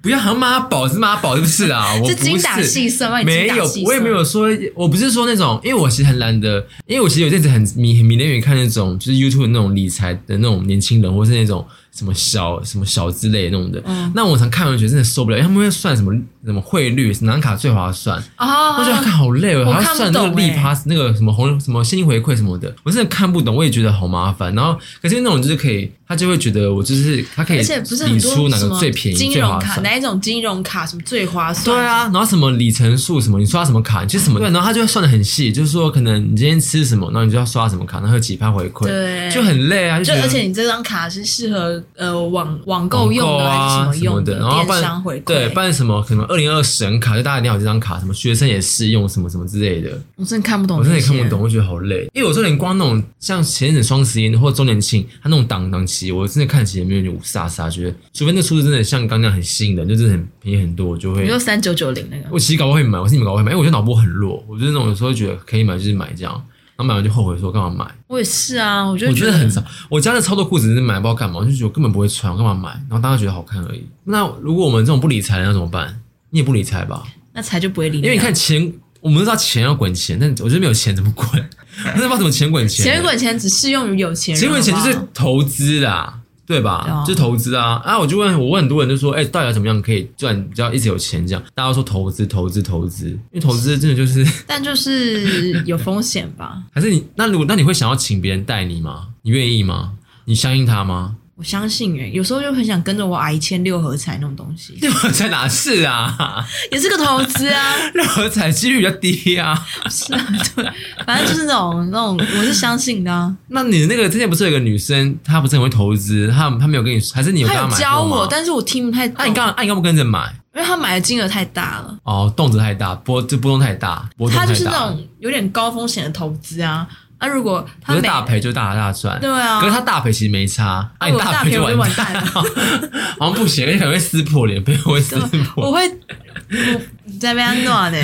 不要好像妈宝是妈宝是不是啊？
*laughs*
我
就
不
精打
是。
细算，帮你
没
精打
有
细，算。
我也没有说，我不是说那种，因为我其实很懒得，因为我其实有阵子很迷很迷恋于看那种，就是 YouTube 那种理财的那种年轻人，或是那种什么小什么小之类的那种的。
嗯
那我常看完觉得真的受不了，因为他们会算什么什么汇率，哪张卡最划算。
啊，
我觉得看好累哦，
我
还
看
要
不
算那个
懂
利
欸
趴那个什么红什么现金回馈什么的，我真的看不懂，我也觉得好麻烦。然后可是那种就是可以，他就会觉得我就是他可以
而且不是
理
很多
哎出哪
什
个
么
最便宜
金
最
融
划
卡，
算。
哪一种金融卡什么最划算？
对，啊，然后什么里程数什么，你刷什么卡，你去什
嗯
么，对，然后他就会算的很细，就是说可能你今天吃什么，然后你就要刷什么卡，然后有几趴回馈，
对
就很累啊，就
就
觉得
而且你这张卡是适合呃网网
网
购用的还是
啊
么
什么
用
的，然后
电
办
商回馈，
对办什么可能二零二神卡，就大家一定要有这张卡，什么学生也适用什么什么之类的，
我真的看不懂，
我真的也看不懂，。我觉得好累，因为有时候连光那种像前阵子双十一或者周年庆，他那种档档期，我真的看起来没有点五煞煞，觉得除非那数字真的像刚那样很吸引人，就真的很便宜很多，我就会
你说三九九零那个，
我其实搞不好会买，我是你们搞不好会买，因为我觉得脑波很弱，我就是那种有时候觉得可以买就是买这样，然后买完就后悔说干嘛买，
我也是啊，我就
我觉得很少。我家的超多裤子是买不知道干嘛，我就觉得我根本不会穿，我干嘛买？然后大家觉得好看而已。那如果我们这种不理财的要怎么办？你也不理财吧？
那才就不会理
因为你
啊
看钱，我们都知道钱要滚钱，但我觉得没有钱怎么滚，我真的不知道怎么钱滚钱。啊
钱滚钱只适用于有钱人，
钱滚钱就
好
是
不好
投资啦。对吧？
对啊
就是投资啊！啊，我就问，我问很多人就说，哎、到底要怎么样可以赚比较一直有钱？这样大家都说投资，投资，投资，因为投资真的就是
但就是有风险吧。 *laughs*
还是你那如果那你会想要请别人带你吗？你愿意吗？你相信他吗？
我相信哎、有时候就很想跟着我阿姨签六合彩那种东西，
六合彩哪是啊？ *laughs*
也是个投资啊，
六合彩几率比较低啊。
是啊， *laughs* 对，反正就是那种那种，我是相信的、啊。
那你那个之前不是有个女生，她不是很会投资，她她没有跟你，还是你有
他
跟她
有
买
教
过吗
我，但是我听不太懂。
那、你刚，啊那、你干嘛不跟着买？
因为他买的金额太大了，
哦，动辄太大，波这波动太大，波动
他
太大。
就是那种有点高风险的投资啊。那、如果他
可是
每
大赔就大大赚，
对啊
可是他大赔其实没差，
如
啊，你
果
大
大
赔
赔我就
完
完蛋了，
*laughs* 好像不行，而且可能会撕破脸，被我会撕
对
破。
我会我在被他暖的、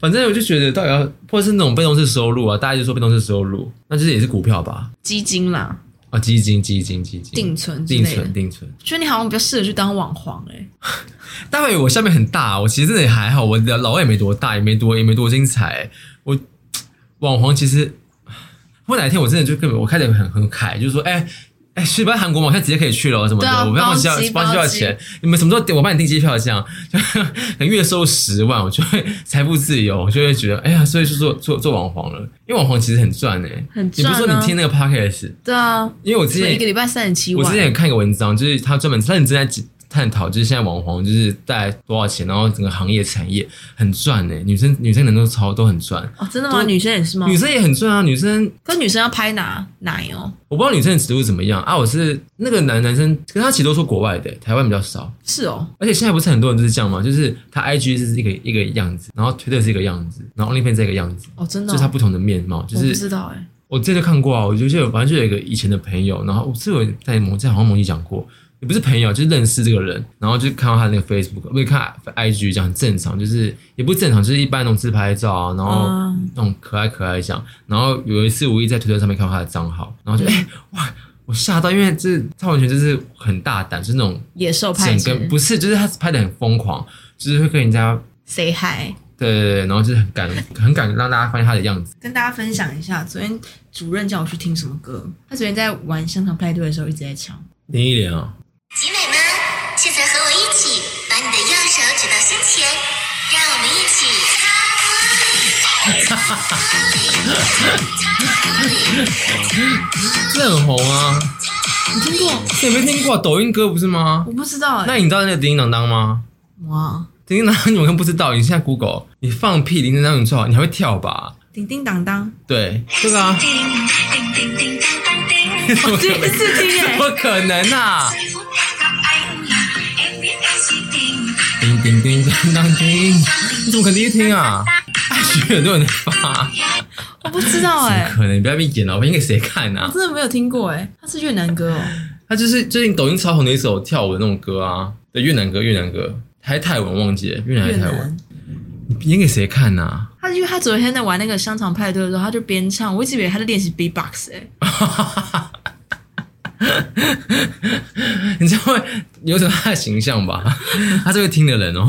反正我就觉得，到底要或者是那种被动式收入啊，大家就说被动式收入，那就是也是股票吧？
基金啦、
啊，基金、基金、基金、
定存之
定
类的
存、。定存。
觉得你好像比较适合去当网黄哎、
待会我下面很大，我其实真的也还好，我的老外也没多大，也没多也没多精彩。我网黄其实，我哪一天我真的就根本我开得很很开，就是说，哎、哎，去不要韩国嘛，我现在直接可以去了什么的，
对啊
我不要帮需要
包机
帮需要
包机
钱，你们什么时候订我帮你订机票这样，就可能月收十万，我就会财富自由，我就会觉得，哎呀，所以就做做做网黄了，因为网黄其实很赚哎、
很
你不
赚
是
啊
说你听那个 podcast，
对啊，
因为我之
所
前
以一个礼拜三十七
我之前
万，
也看一个文章，就是他专门认真在探讨，就是现在网红就是带来多少钱，然后整个行业产业很赚呢、女生女生能够超都很赚，
哦，真的吗？
都
女生也是吗
女？生也很赚啊。女生
跟女生要拍哪奶哦？
我不知道女生的尺度是怎么样啊。我是那个男男生，可是他其实都说国外的、台湾比较少。
是哦，
而且现在不是很多人就是这样嘛，就是他 IG 是一个一个样子，然后 Twitter 是一个样子，然后 OnlyFans 是一个样子，
哦，真的
就
哦、
是他不同的面貌，就
我不
是
知道哎、
我之前就看过啊，我就记得反正就有一个以前的朋友，然后我是有在某在好像某集讲过，也不是朋友，就是认识这个人，然后就看到他那个 Facebook，不是看 IG 这样很正常，就是也不是正常，就是一般那种自拍照啊，然后
嗯
那种可爱可爱这样，然后有一次无意在推特上面看到他的账号，然后就哎、哇，我吓到，因为这他完全就是很大胆，就是那种
野兽派
整
是
个
不是
不是，就是他拍的很疯狂，就是会跟人家
say hi。
对对对，然后就是很敢很敢让大家发现他的样子。
跟大家分享一下，昨天主任叫我去听什么歌。他昨天在玩香肠派对的时候一直在唱，
林忆莲啊，
集美们，现在和我一起把你的右手指到胸前，让我们一起
这很红啊。
你听过？
你没听过抖音歌不是吗？
我不知道哎、
那你知道那个叮叮当当吗？
哇，
叮叮当当你们可能不知道，你现在 Google，你放屁叮叮当当你最好，你还会跳吧？
叮叮当当，
对，这
*laughs*
个啊，
叮叮叮当当叮。
我 *laughs* 第一次听
怎
哎、
么可能啊？叮叮叮当当叮，你怎么可能第一次听啊？爱学很多人发，
*laughs* 我不知道哎、
怎么可能？你不要被演了，我应该谁看
我
啊？
真的没有听过哎、他是越南歌哦，
他就是最近抖音超红的一首跳舞的那种歌啊，对，越南歌，越南歌，还是泰文忘记了，越南还
越
是泰文
南，。
你演给谁看啊？
他因为他昨天在玩那个香肠派对的时候，他就边唱，我一直以为他在练习 B-box 哎、
*laughs* 你知道有什么他的形象吧？ *laughs* 他是会听的人哦。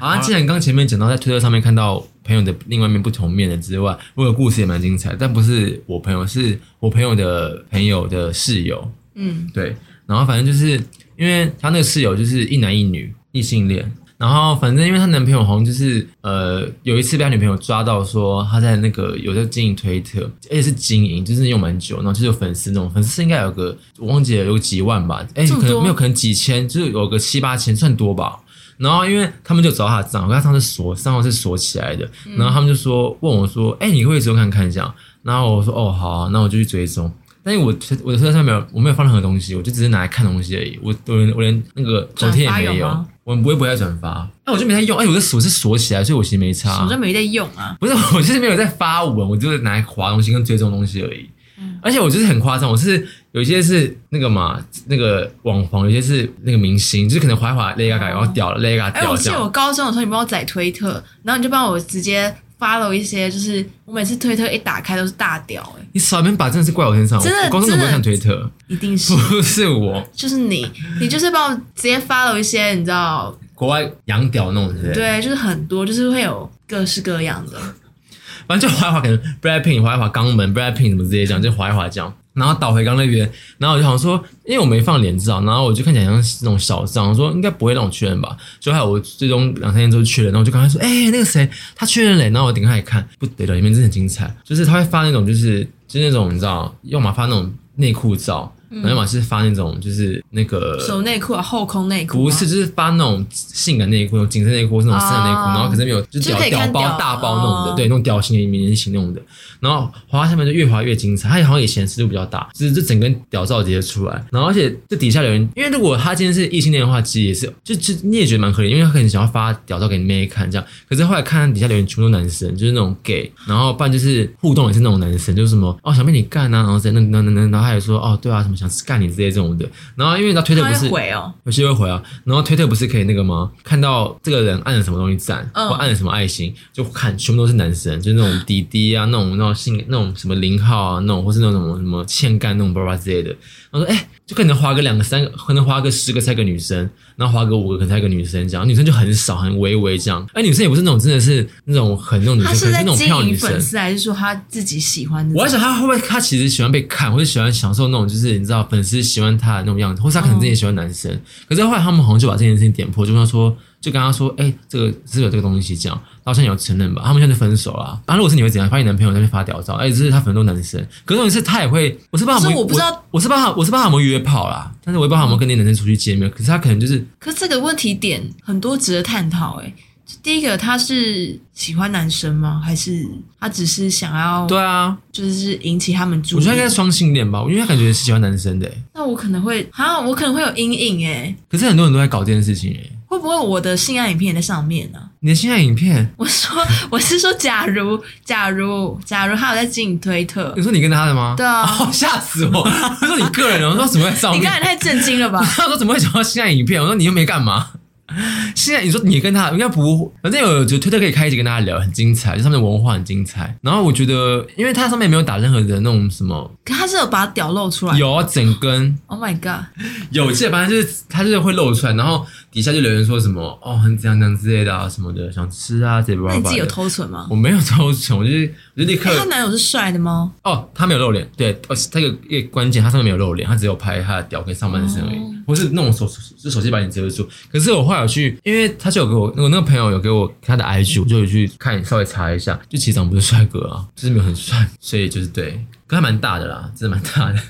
好，那既然刚前面讲到在推特上面看到朋友的另外一面不同面的之外，我有故事也蛮精彩，但不是我朋友，是我朋友的朋友的室友。
嗯，
对，然后反正就是因为她那个室友就是一男一女异性恋，然后反正因为她男朋友好像就是呃有一次被她女朋友抓到说她在那个有在经营推特，而且是经营，就是用蛮久，然后就是有粉丝那种粉丝应该有个我忘记了有几万吧，哎
这么
可能
多
没有可能几千，就是有个七八千算多吧。然后因为他们就找他的账号，可他账号是锁账号是锁起来的，
嗯
然后他们就说问我说，哎、你会不会追踪看看一下？然后我说哦好、啊，那我就去追踪。但是我我的车上没有我没有放任何东西，我就只是拿来看东西而已。我我连我连那个头贴也
转发
没
有
有
吗，
我不会不会转发。那我就没在用，哎，我的锁是锁起来，所以我其实没
什
差
么叫。没在用啊？
不是，我就是没有在发文，我就是拿来划东西跟追踪东西而已。
嗯
而且我就是很夸张，我是有一些是那个嘛，那个网红，有些是那个明星，就是可能划一划 Lady Gaga，、然后掉了 Lady Gaga
哎、
掉
我
了
记
这
得我
样。
高中的时候，你帮我载推特，然后你就帮我直接 follow 一些，就是我每次推特一打开都是大屌、哎，
你少一边把真的是怪我身上，
真的
我高中怎么会
真
看
的
推特？
一定是
不是我，
就是
*laughs*
你，你就是帮我直接 follow 一些，你知道，
国外洋屌那种之类的。
对，就是很多，就是会有各式各样的。
反正就滑一滑，可能 Brad Pitt 滑一滑肛门，Brad Pitt 怎么直接讲，就滑一滑这样。然后倒回刚那边，然后我就想说，因为我没放脸照，然后我就看起来像是那种小账，我说应该不会让我确认吧。就还有我最终两三天之后确认，然后我就跟他说，哎、那个谁他确认了，然后我点开来看，不得了，里面真的很精彩，就是他会发那种就是就是那种你知道，要么发那种内裤照，然后要么是发那种就是那个
手内裤啊，后空内裤啊，
呃不是，就是发那种性感内裤、那种紧身内裤、或是那种丝的内裤，
哦
然后可是没有，就
就
屌
可以
屌
看
包、
屌
大包那种的，
哦
对，那种屌型、明型那种的。然后滑到下面就越滑越精彩，它好像以前尺度比较大，就是这整根屌照直接出来。然后而且这底下留言，因为如果他今天是异性恋的话，其实也是，就就你也觉得蛮可怜，因为他可能想要发屌照给你妹看这样。可是后来看底下留言全部都男生，就是那种 gay，然后不然就是互动也是那种男生，就是什么哦想被你干啊，然后在那那那那，然后他也说哦对啊什么想干你之类这种的。然后因为他推特
他
不是
会。回哦，
有些会回啊，然后推特不是可以那个吗？看到这个人按了什么东西赞，
嗯
或按了什么爱心，就看全部都是男生，就是那种滴滴啊，那种那种性那种什么零号啊，那种或是那种什么什么欠干那种巴拉巴拉之类的。然后说，哎、就可能划个两个三个，可能划个十个才一个女生，然后划个五个可能才一个女生这样，女生就很少，很微微这样。哎，女生也不是那种真的是那种很那种女生，
他
可
是
能是
在
那种
经
漂亮女
营
生
粉。丝，还是说他自己喜欢的？
我在想他会不会他其实喜欢被看，或者喜欢享受那种就是你知道粉丝喜欢他的那种样子，或是他可能真的也喜欢男生。
哦
可是后来他们好像就把这件事情点破，就跟他说，就跟他说，哎、这个是有这个东西这样，他好像也有承认吧，他们现在就分手啦。然、后如果是你会怎样？发现男朋友在那边发屌照，哎、这是他很多男生，可是问题是他也会，我是不知道
可
他们，
是我不知道
我，我是不知道他，我是不知道他有没有约炮啦，但是我也不知道他有没有跟那些男生出去见面。可是他可能就是
可是这个问题点很多值得探讨哎、就第一个，他是喜欢男生吗？还是他只是想要，
对啊，
就是引起他们注
我
意
觉得他应？该是双性恋吧，因为他感觉是喜欢男生的、哎
那我可能会啊，我可能会有阴影哎、
可是很多人都在搞这件事情、哎，
会不会我的性爱影片也在上面啊呢、
你的性爱影片。
我说，我是说，假如，假如，假如他有在经营推特
你，说你跟他的吗？
对啊
*laughs* 哦吓、死我！我说你个人哦，我说怎么会在上
你
面
刚？才太震惊
*laughs*
了吧？
他说怎么会想到现在影片？我说你又没干嘛。现在你说你跟他应该不，反正有觉得推特可以开一集跟大家聊，很精彩，就上面的文化很精彩。然后我觉得，因为他上面没有打任何的那种什么，
可他是有把屌露出来。
有啊整根
，Oh my god！
有，记得反正就是他就是会露出来，然后底下就留言说什么哦很怎样怎样之类的啊什么的，想吃啊这
那
吧
你自己有
吧。
偷存
*laughs*
吗？
我没有偷穷，我就是我就立刻
哎，她男友是帅的吗？
哦，他没有露脸，对，而且他有一个关键，他上面没有露脸，他只有拍他的屌跟上半身而已，
哦
或是那种手就手机把你遮住。可是我后来有去，因为他就有给我，我那个朋友有给我他的 IG，我就有去看，稍微查一下，就其实长得不是帅哥啊，就是没有很帅，所以就是对，可他蛮大的啦，真的蛮大的。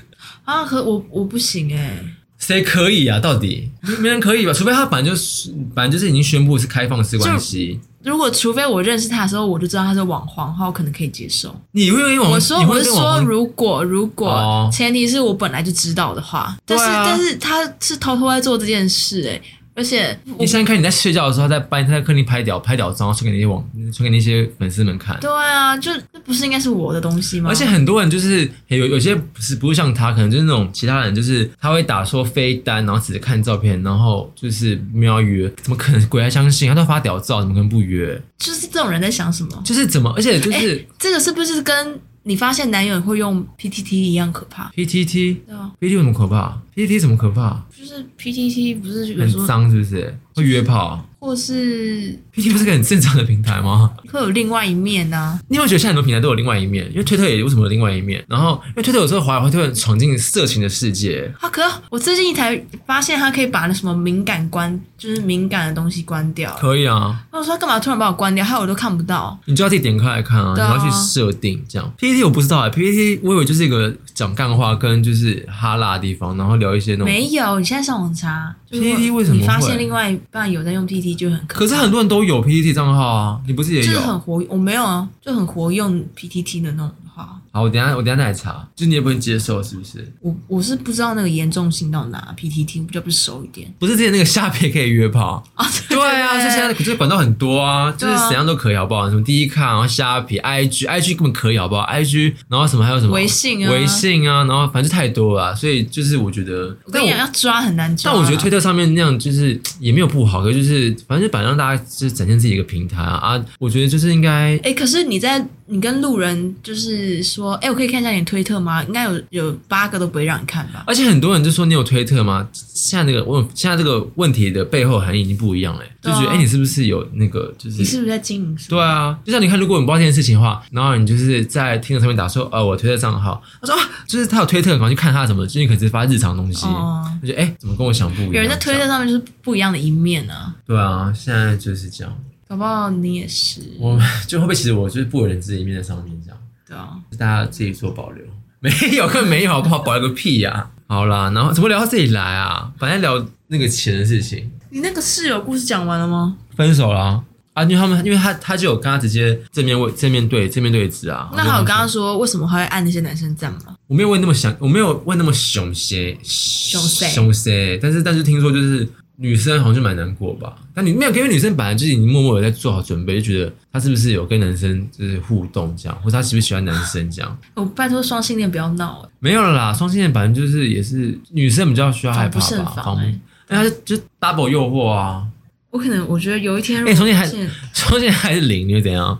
啊，可我我不行哎、
谁可以啊？到底没人可以吧？除非他本来就是，本来就是已经宣布是开放式关系。
如果除非我认识他的时候，我就知道他是网红的话，我可能可以接受。
你会跟网
我说
你
我
会
是
跟网
说，
红
如果如果、
哦
前提是我本来就知道的话，但是、
对啊
但是他是偷偷在做这件事哎、而且我
你想想看，你在睡觉的时候，他在班，他在客厅拍屌拍屌照，然后传给那些网，传给那些粉丝们看。
对啊，就这不是应该是我的东西吗？
而且很多人就是有有些不是不是像他，可能就是那种其他人，就是他会打说非单，然后只是看照片，然后就是没有要约，怎么可能鬼还相信？他都发屌照，怎么可能不约？
就是这种人在想什么？
就是怎么，而且就是、
这个是不是跟你发现男友会用 PTT 一样可怕？
PTT。
对啊，
PTT 有什么可怕？PTT 怎么可怕？
就是 PTT 不是有
很
时候
脏是不是？会约炮
或是
？PT 不是个很正常的平台吗？
会有另外一面啊呐、
你有没有觉得现在很多平台都有另外一面？因为推特也为什么有另外一面？然后因为推特有时候滑来滑去会闯进色情的世界，
啊。可我最近才发现，他可以把那什么敏感关，就是敏感的东西关掉。
可以啊，
那我说他干嘛突然把我关掉？害我都看不到。
你就要自己点开来看啊，你
对啊
要去设定这样。PPT 我不知道哎、p p t 我以为就是一个讲干话跟就是哈拉的地方，然后聊一些那种。
没有，你啊现在上网查。就是
PTT 为什么
你发
会
现另外一半有在用 PTT 就很可
可是很多人都有 PPT 账号啊，你不是也
就是
有？
很活，我没有啊，就很活用 PTT 的那种的话，
好，我等一下我等一下再来查，就你也不能接受是不是？
我我是不知道那个严重性到哪，PTT 比较不熟一点
不是之前那个虾皮也可以约炮？
*laughs* 啊。
对啊，就现在这管道很多啊，就
对
是
啊
怎样都可以，好不好？什么第一看，然后虾皮、IG、IG 根本可以，好不好？IG，然后什么还有什么
微信啊
微信啊，然后反正就太多了啊、所以就是我觉得，
我跟
但
你
我
讲，要抓很难抓啊。
但我觉得推特上面那样就是也没有不好，可是就是反正就把让大家就是展现自己一个平台啊啊，我觉得就是应该。
哎、可是你在你跟路人就是说，哎、我可以看一下你的推特吗？应该有有八个都不会让你看吧？
而且很多人就说你有推特吗？现在那个问，现在这个问题的背后含义已经不一样了、就
对啊
觉得哎、你是不是有那个就是
你是不是在经营什么？
对啊，就像你看，如果你不知道这件事情的话，然后你就是在听的上面打说，呃，我推特账号，他说啊，就是他有推特，然后去看他什么，就是你可能只是发日常东西，
哦
就觉得哎、怎么跟我想不一样？
有人在推特
这样
上面就是不一样的一面啊，
对啊，现在就是这样。
搞不好你也是，
我 *laughs* 就会不会其实我就是不为人知的一面在上面这样，
对啊，
大家自己做保留， *laughs* 没有更没有好不好？保留个屁呀、好啦，然后怎么聊到这里来啊？本来聊那个钱的事情，
你那个室友故事讲完了吗？
分手啦、啊。因为他们，因为他他就有跟他直接正面问正面对正面对峙啊。
那
就
还有
跟
刚
他说
刚说为什么还会按那些男生赞吗？
我没有问那么详，我没有问那么详细，详
细
详细。但是但是听说就是女生好像就蛮难过吧？但你没有，因为女生本来就是已经默默有在做好准备，就觉得她是不是有跟男生就是互动这样，或者她喜不喜欢男生这样？
我拜托双性恋不要闹、欸，
没有了啦，双性恋反正就是也是女生比较需要害怕
防不胜
吧，
防
防不
欸，
那她就就 double 诱惑啊，
我可能我觉得有一天，
欸双性还
恋
双性恋还是零，你会怎样？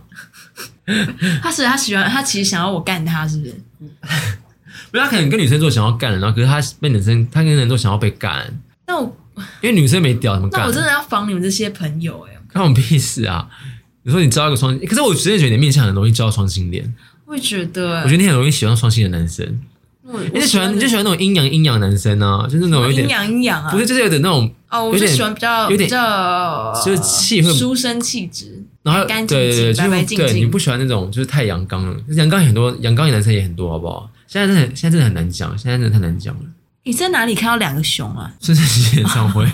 他是他喜欢他其实想要我干他，是不是？
没有，她可能跟女生做想要干的，然后可是她被男生，她跟男生做想要被干，
那我
因为女生没屌怎么干？
那我真的要防你们这些朋友哎、
看我屁事啊！你说你交一个双，欸可是我真的觉得你面相很容易交到双性恋，
我也觉得、
我觉得你很容易喜欢双性的男生，
我
你就喜欢你就喜
欢
欢那种阴阳阴阳男生啊，就是那种有
阴
点
阳阴阳啊，
不是就是有点那种，
哦，我
有
就
点
喜欢比较
有点
比较
就是气会
书生气质，
然后
干
对
净
对对，就
白白
是
净
对
净
你不喜欢那种就是太阳刚了，阳刚很多，阳刚的男生也很多，好不好？现在真的很现在真的很难讲，现在真的太难讲了。 *laughs*
你在哪里看到两个熊啊？
孙盛熙演
*laughs*
唱会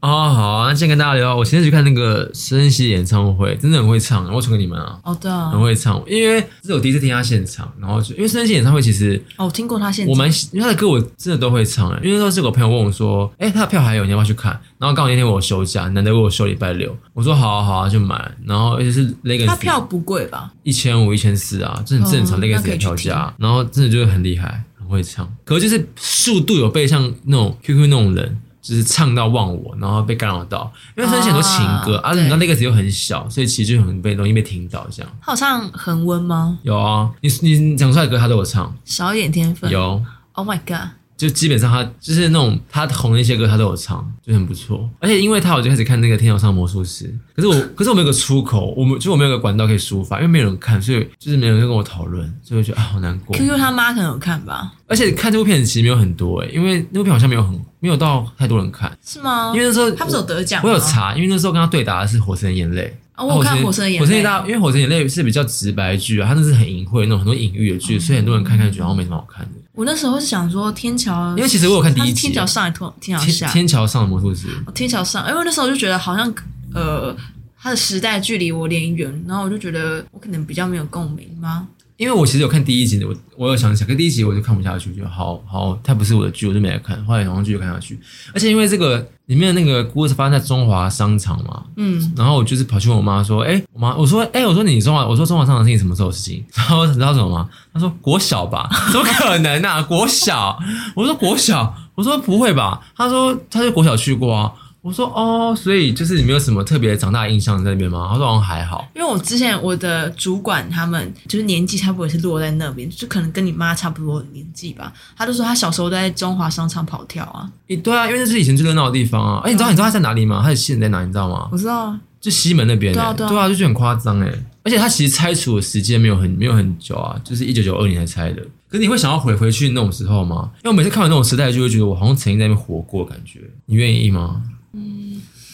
哦，好啊，那先跟大家聊聊，我前阵子去看那个孙盛熙演唱会，真的很会唱，我传给你们啊，
哦，对啊
很，会唱，因为这是我第一次听他现场，然后就因为孙盛熙演唱会其实
哦，我听过他现在
我蛮喜，因为他的歌我真的都会唱、欸。因为那时候是有个朋友问我说：“哎、他的票还有，你要不要去看？”然后刚好那天我有休假，难得我有休礼拜六，我说：“好啊，好啊，就买。”然后而且是 Legacy，
他票不贵吧？
一千五、一千四啊，这很正常
哦
Legacy
那可以
的票
去听
价。然后真的就是很厉害，很会唱。可是就是速度有被像那种 QQ 那种人。就是唱到忘我，然后被干扰到，因为分析很多情歌，
哦
而且你知道那
对
个词又很小，所以其实就很被容易被听到这样。
他好像恒温吗？
有啊，你你你讲出来的歌他都有唱，
少一点天分。
有，
，Oh my god！
就基本上他就是那种他红的一些歌，他都有唱，就很不错。而且因为他，我就开始看那个《天桥上魔术师》。
*laughs*
可是我，可是我没有个出口，我们就我没有个管道可以抒发，因为没有人看，所以就是没有人跟我讨论，所以我觉得啊好难过。
QQ 他妈可能有看吧？
而且看这部片子其实没有很多欸诶、因为那部片好像没有很没有到太多人看，
是吗？
因为那时候
嗯他不是有得奖吗
我有查，因为那时候跟他对答的是《火神的眼泪》
哦我有看
啊
火神的眼泪
火神大，因为《火神的眼泪》是比较直白的剧啊，它那是很隐晦那种很多隐喻的剧，所以很多人看看觉得好像没什么好看的。
我那时候是想说天桥，
因为其实我有看第
它
一集
是天桥上还是天桥
天
下？
天桥上的魔术师，
哦天桥上，因为那时候我就觉得好像呃，他的时代距离我有点远，然后我就觉得我可能比较没有共鸣吗？
因为我其实有看第一集的，我我有想想，可第一集我就看不下去，就好好，它不是我的剧，我就没来看。后来好像继续看下去，而且因为这个里面的那个故事发生在中华商场嘛，
嗯，
然后我就是跑去问我妈说，哎、我妈，我说，哎、我说你中华，我说中华商场是你什么时候的事情？然后你知道什么吗？她说国小吧， *laughs* 怎么可能啊，国小？我说国小，我说不会吧？她说她就国小去过啊。我说哦，所以就是你没有什么特别长大的印象在那边吗？他说好像还好。
因为我之前我的主管他们就是年纪差不多也是落在那边，就可能跟你妈差不多的年纪吧。他就说他小时候都在中华商场跑跳啊，
诶对啊，因为那是以前最热闹的地方啊。哎、你知
嗯
道你知道他在哪里吗？他的西点在哪？你知道吗？
我知道啊，
就西门那边、欸。
对啊对啊
就觉得很夸张哎。而且他其实拆除的时间没有很没有很久啊，就是一九九二年才拆的。可是你会想要回回去那种时候吗？因为我每次看完那种时代，就会觉得我好像曾经在那边活过，感觉你愿意吗？嗯。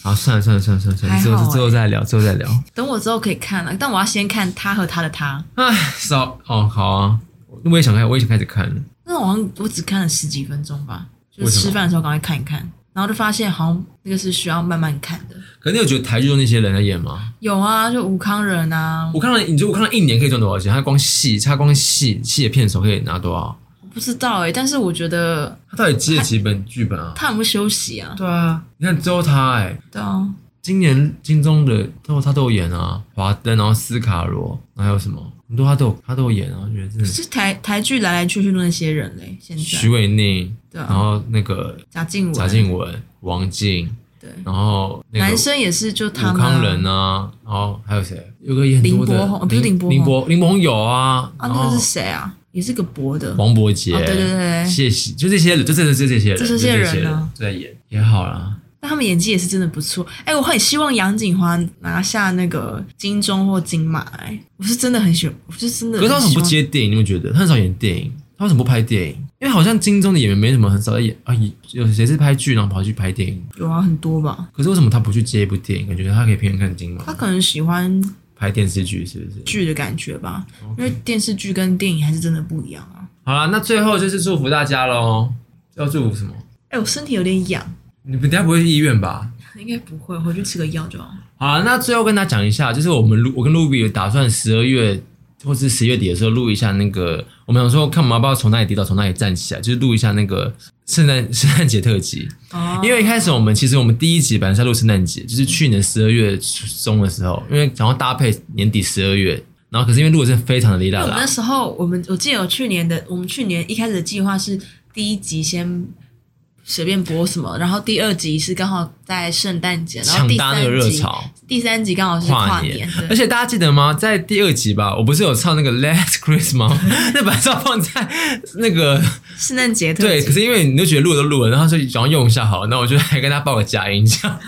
啊，算了算了算了算了算了，
还
之
好
后
欸
之后再聊，之后再聊。
等我之后可以看了，但我要先看他和他的他。
唉，少哦，好啊，我也想看，我也想开始看了。
那我好像我只看了十几分钟吧，就
为什
是
么
吃饭的时候赶快看一看，然后就发现好像那个是需要慢慢看的。
可是你有觉得台剧中那些人在演吗？
有啊，就吴康仁啊，
我看到你，就我看到一年可以赚多少钱？他光戏，他光戏戏的片酬可以拿多少？
我不知道哎、但是我觉得
他到底接了几本剧本啊？
他有没有休息啊？
对啊，你看最后他哎、
对啊，
今年金钟的最后他都有演啊，华灯，然后斯卡罗，然后还有什么很多他都有他都有演啊，我觉得真的
可
是
是台台剧来来去去都那些人嘞、现
徐
在
伟宁，
对啊
然后那个
贾静雯，
贾静雯、王静，
对，
然后那个
男生也是就他
武
们啊、
康人啊，然后还有谁？有个演很多的
林柏宏不是林柏宏
林柏林柏宏有啊，
啊，
然
那
后
个是谁啊？也是个博的，
王伯杰，
哦对对对
谢谢，就这些人，就真的是这些人，
就这
就
些人啊
就在演也好啦。
那他们演技也是真的不错。哎、我很希望杨景华拿下那个金钟或金马、哎，我是真的很喜欢，我是真的
可
很
是
喜欢。
他为什么不接电影？你们觉得他很少演电影？他为什么不拍电影？因为好像金钟的演员没什么很少在演啊，有谁是拍剧然后跑去拍电影？
有啊，很多吧。
可是为什么他不去接一部电影？感觉他可以偏看金马
他可能喜欢
拍电视剧，是不是？
剧的感觉吧因为电视剧跟电影还是真的不一样啊。
好啦，那最后就是祝福大家喽。要祝福什么？
哎、我身体有点痒，
你们等一下不会去医院吧？
应该不会，回去吃个药就好了。
好那最后跟大家讲一下，就是我们录，我跟 Ruby 有打算十二月或是十月底的时候录一下那个，我们想说看我们要不要从哪里跌倒，从哪里站起来，啊就是录一下那个圣诞 *laughs* 圣诞节特辑。
哦
因为一开始我们其实我们第一集本来是在录圣诞节，就是去年十二月中的时候，因为想要搭配年底十二月，然后可是因为录的是非常的离
因
啦
为我们
啦
那，时候，我们我记得我去年的，我们去年一开始的计划是第一集先呃随便播什么，然后第二集是刚好在圣诞节，然后
抢
第
搭那
三
个热
集
潮。
第三集刚好是
跨
跨
年，而
对
且大家记得吗？在第二集吧，我不是有唱那个 Last Christmas 吗？ *laughs* 那本来是要放在那个
圣诞节特
对，
辑
可是因为你都觉得录了都录了，然后就想要用一下好了，那我就还跟他报个假音这样。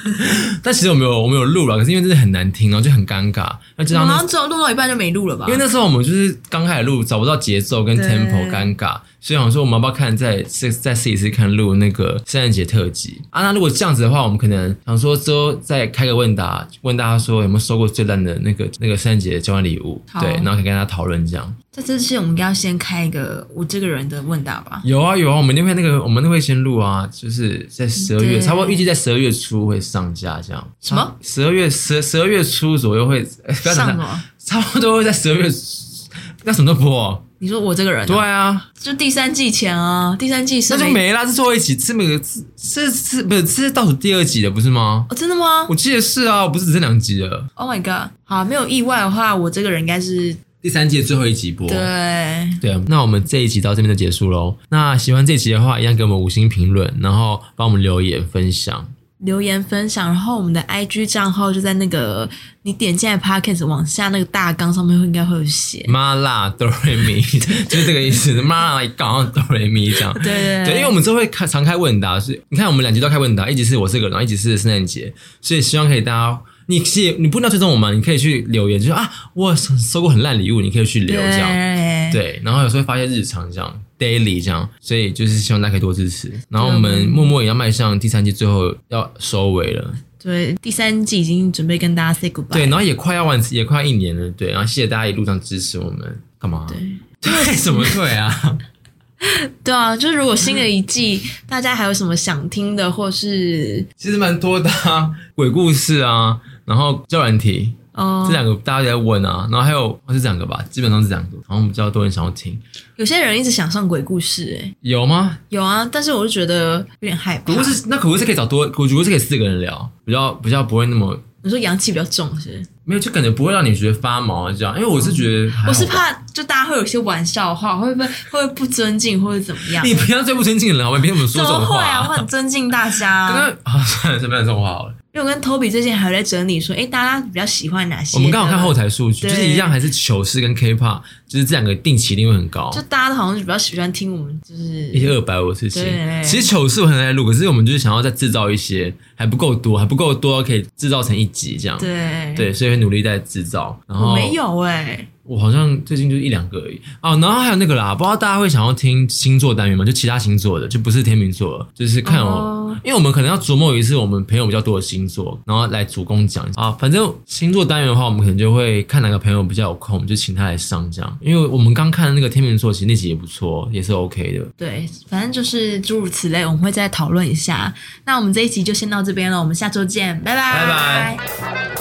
但其实我没有，我没有录了，可是因为真的很难听，然后就很
嗯
尴尬。那就
我
让
们好
那
像只有录到一半就没录了吧？
因为那时候我们就是刚开始录，找不到节奏跟
对
tempo，尴尬，所以想说我们要不要看再再再试一次看录那个圣诞节特辑啊？那如果这样子的话，我们可能想说之后再开个问答，问大家说有没有收过最烂的那个那个圣诞节交换礼物？
好
对，然后可以跟大家讨论这样。
在这之前，我们应该要先开一个我这个人的问答吧？
有啊有啊，我们那会那个我们那会先录啊，就是在十二月，
对
差不多预计在十二月初会上架这样。
什么？
十二月十十二月初左右会？哎不要
上哦
等
什
了，
么？
差不多会在十二月，那什么时候播哦？
你说我这个人、
对，啊，
就第三季前啊，第三季是
那就没啦，是最后一集，是每个是是是不是这是倒数第二集的不是吗？
哦，真的吗
我记得是啊，我不是只剩两集了，
？Oh my god！好，没有意外的话，我这个人应该是
第三季的最后一集播。
对。
对，啊那我们这一集到这边就结束喽。那喜欢这一集的话，一样给我们五星评论，然后帮我们留言分享。
留言分享，然后我们的 IG 账号就在那个你点进来 Podcast 往下那个大纲上面会应该会有写。
妈啦哆瑞
*laughs*
咪，就是这个意思。妈啦搞哆瑞咪这样。
对对
对，因为我们之后会开常开问答，所以你看我们两集都开问答，一集是我这个，然后一集是圣诞节，所以希望可以大家，你可以你不一定要追踪我们，你可以去留言，就是啊，我收过很烂礼物，你可以去留这样。
对，
对，然后有时候会发现日常这样，daily 这样，所以就是希望大家可以多支持。然后我
嗯
们默默也要迈向第三季最后要收尾了，
对，第三季已经准备跟大家 say goodbye。
对，然后也快要完，也快一年了，对，然后谢谢大家一路上支持我们，干嘛？
对
对，什么对啊？
对啊，就是如果新的一季大家还有什么想听的，或是
其实蛮多的、啊，鬼故事啊，然后教软体
嗯、
这两个大家都在问啊，然后还有哦是这两个吧，基本上是这两个，好像比较多人想要听，
有些人一直想上鬼故事、欸，
有吗？
有啊，但是我就觉得有点害怕。
鬼故事那鬼故事可以找多，鬼故事可以四个人聊，比较比较不会那么
你说阳气比较重是不是？
没有就感觉不会让你觉得发毛啊这样，因为我是觉得还好吧
我是怕就大家会有一些玩笑话，会不会会不会不尊敬或者怎么样？
你不要最不尊敬的人，好吧？别跟我们说
怎
这
么
种
会
话
啊？我很尊敬大家
*laughs* 刚
啊，
刚啊，算了，随便讲这种话好了。
因为我跟 Toby 最近还有在整理说，哎，大家比较喜欢哪些？
我们刚好看后，台数据，
对
就是一样还是糗事跟 K-pop，就是这两个定期定会很高
就。大家好像就比较喜欢听我们就
哦一些
是
二百五的事情
对，
其实糗事我很爱录，可是我们就是想要再制造一些，还不够多，还不够多，可以制造成一集这样。
对，
对，所以会努力在制造。然后
我没，有哎、
我好像最近就一两个而已。哦，然后还有那个啦，不知道大家会想要听星座单元吗？就其他星座的，就不是天秤座的，就是看我，
哦
因为我们可能要琢磨一次我们朋友比较多的星座，然后来主攻讲啊。反正星座单元的话，我们可能就会看哪个朋友比较有空，我们就请他来上这样。因为我们刚看的那个天秤座，其实那集也不错，也是 OK 的。
对，反正就是诸如此类，我们会再讨论一下。那我们这一集就先到这边了，我们下周见，拜拜，
拜拜。
拜。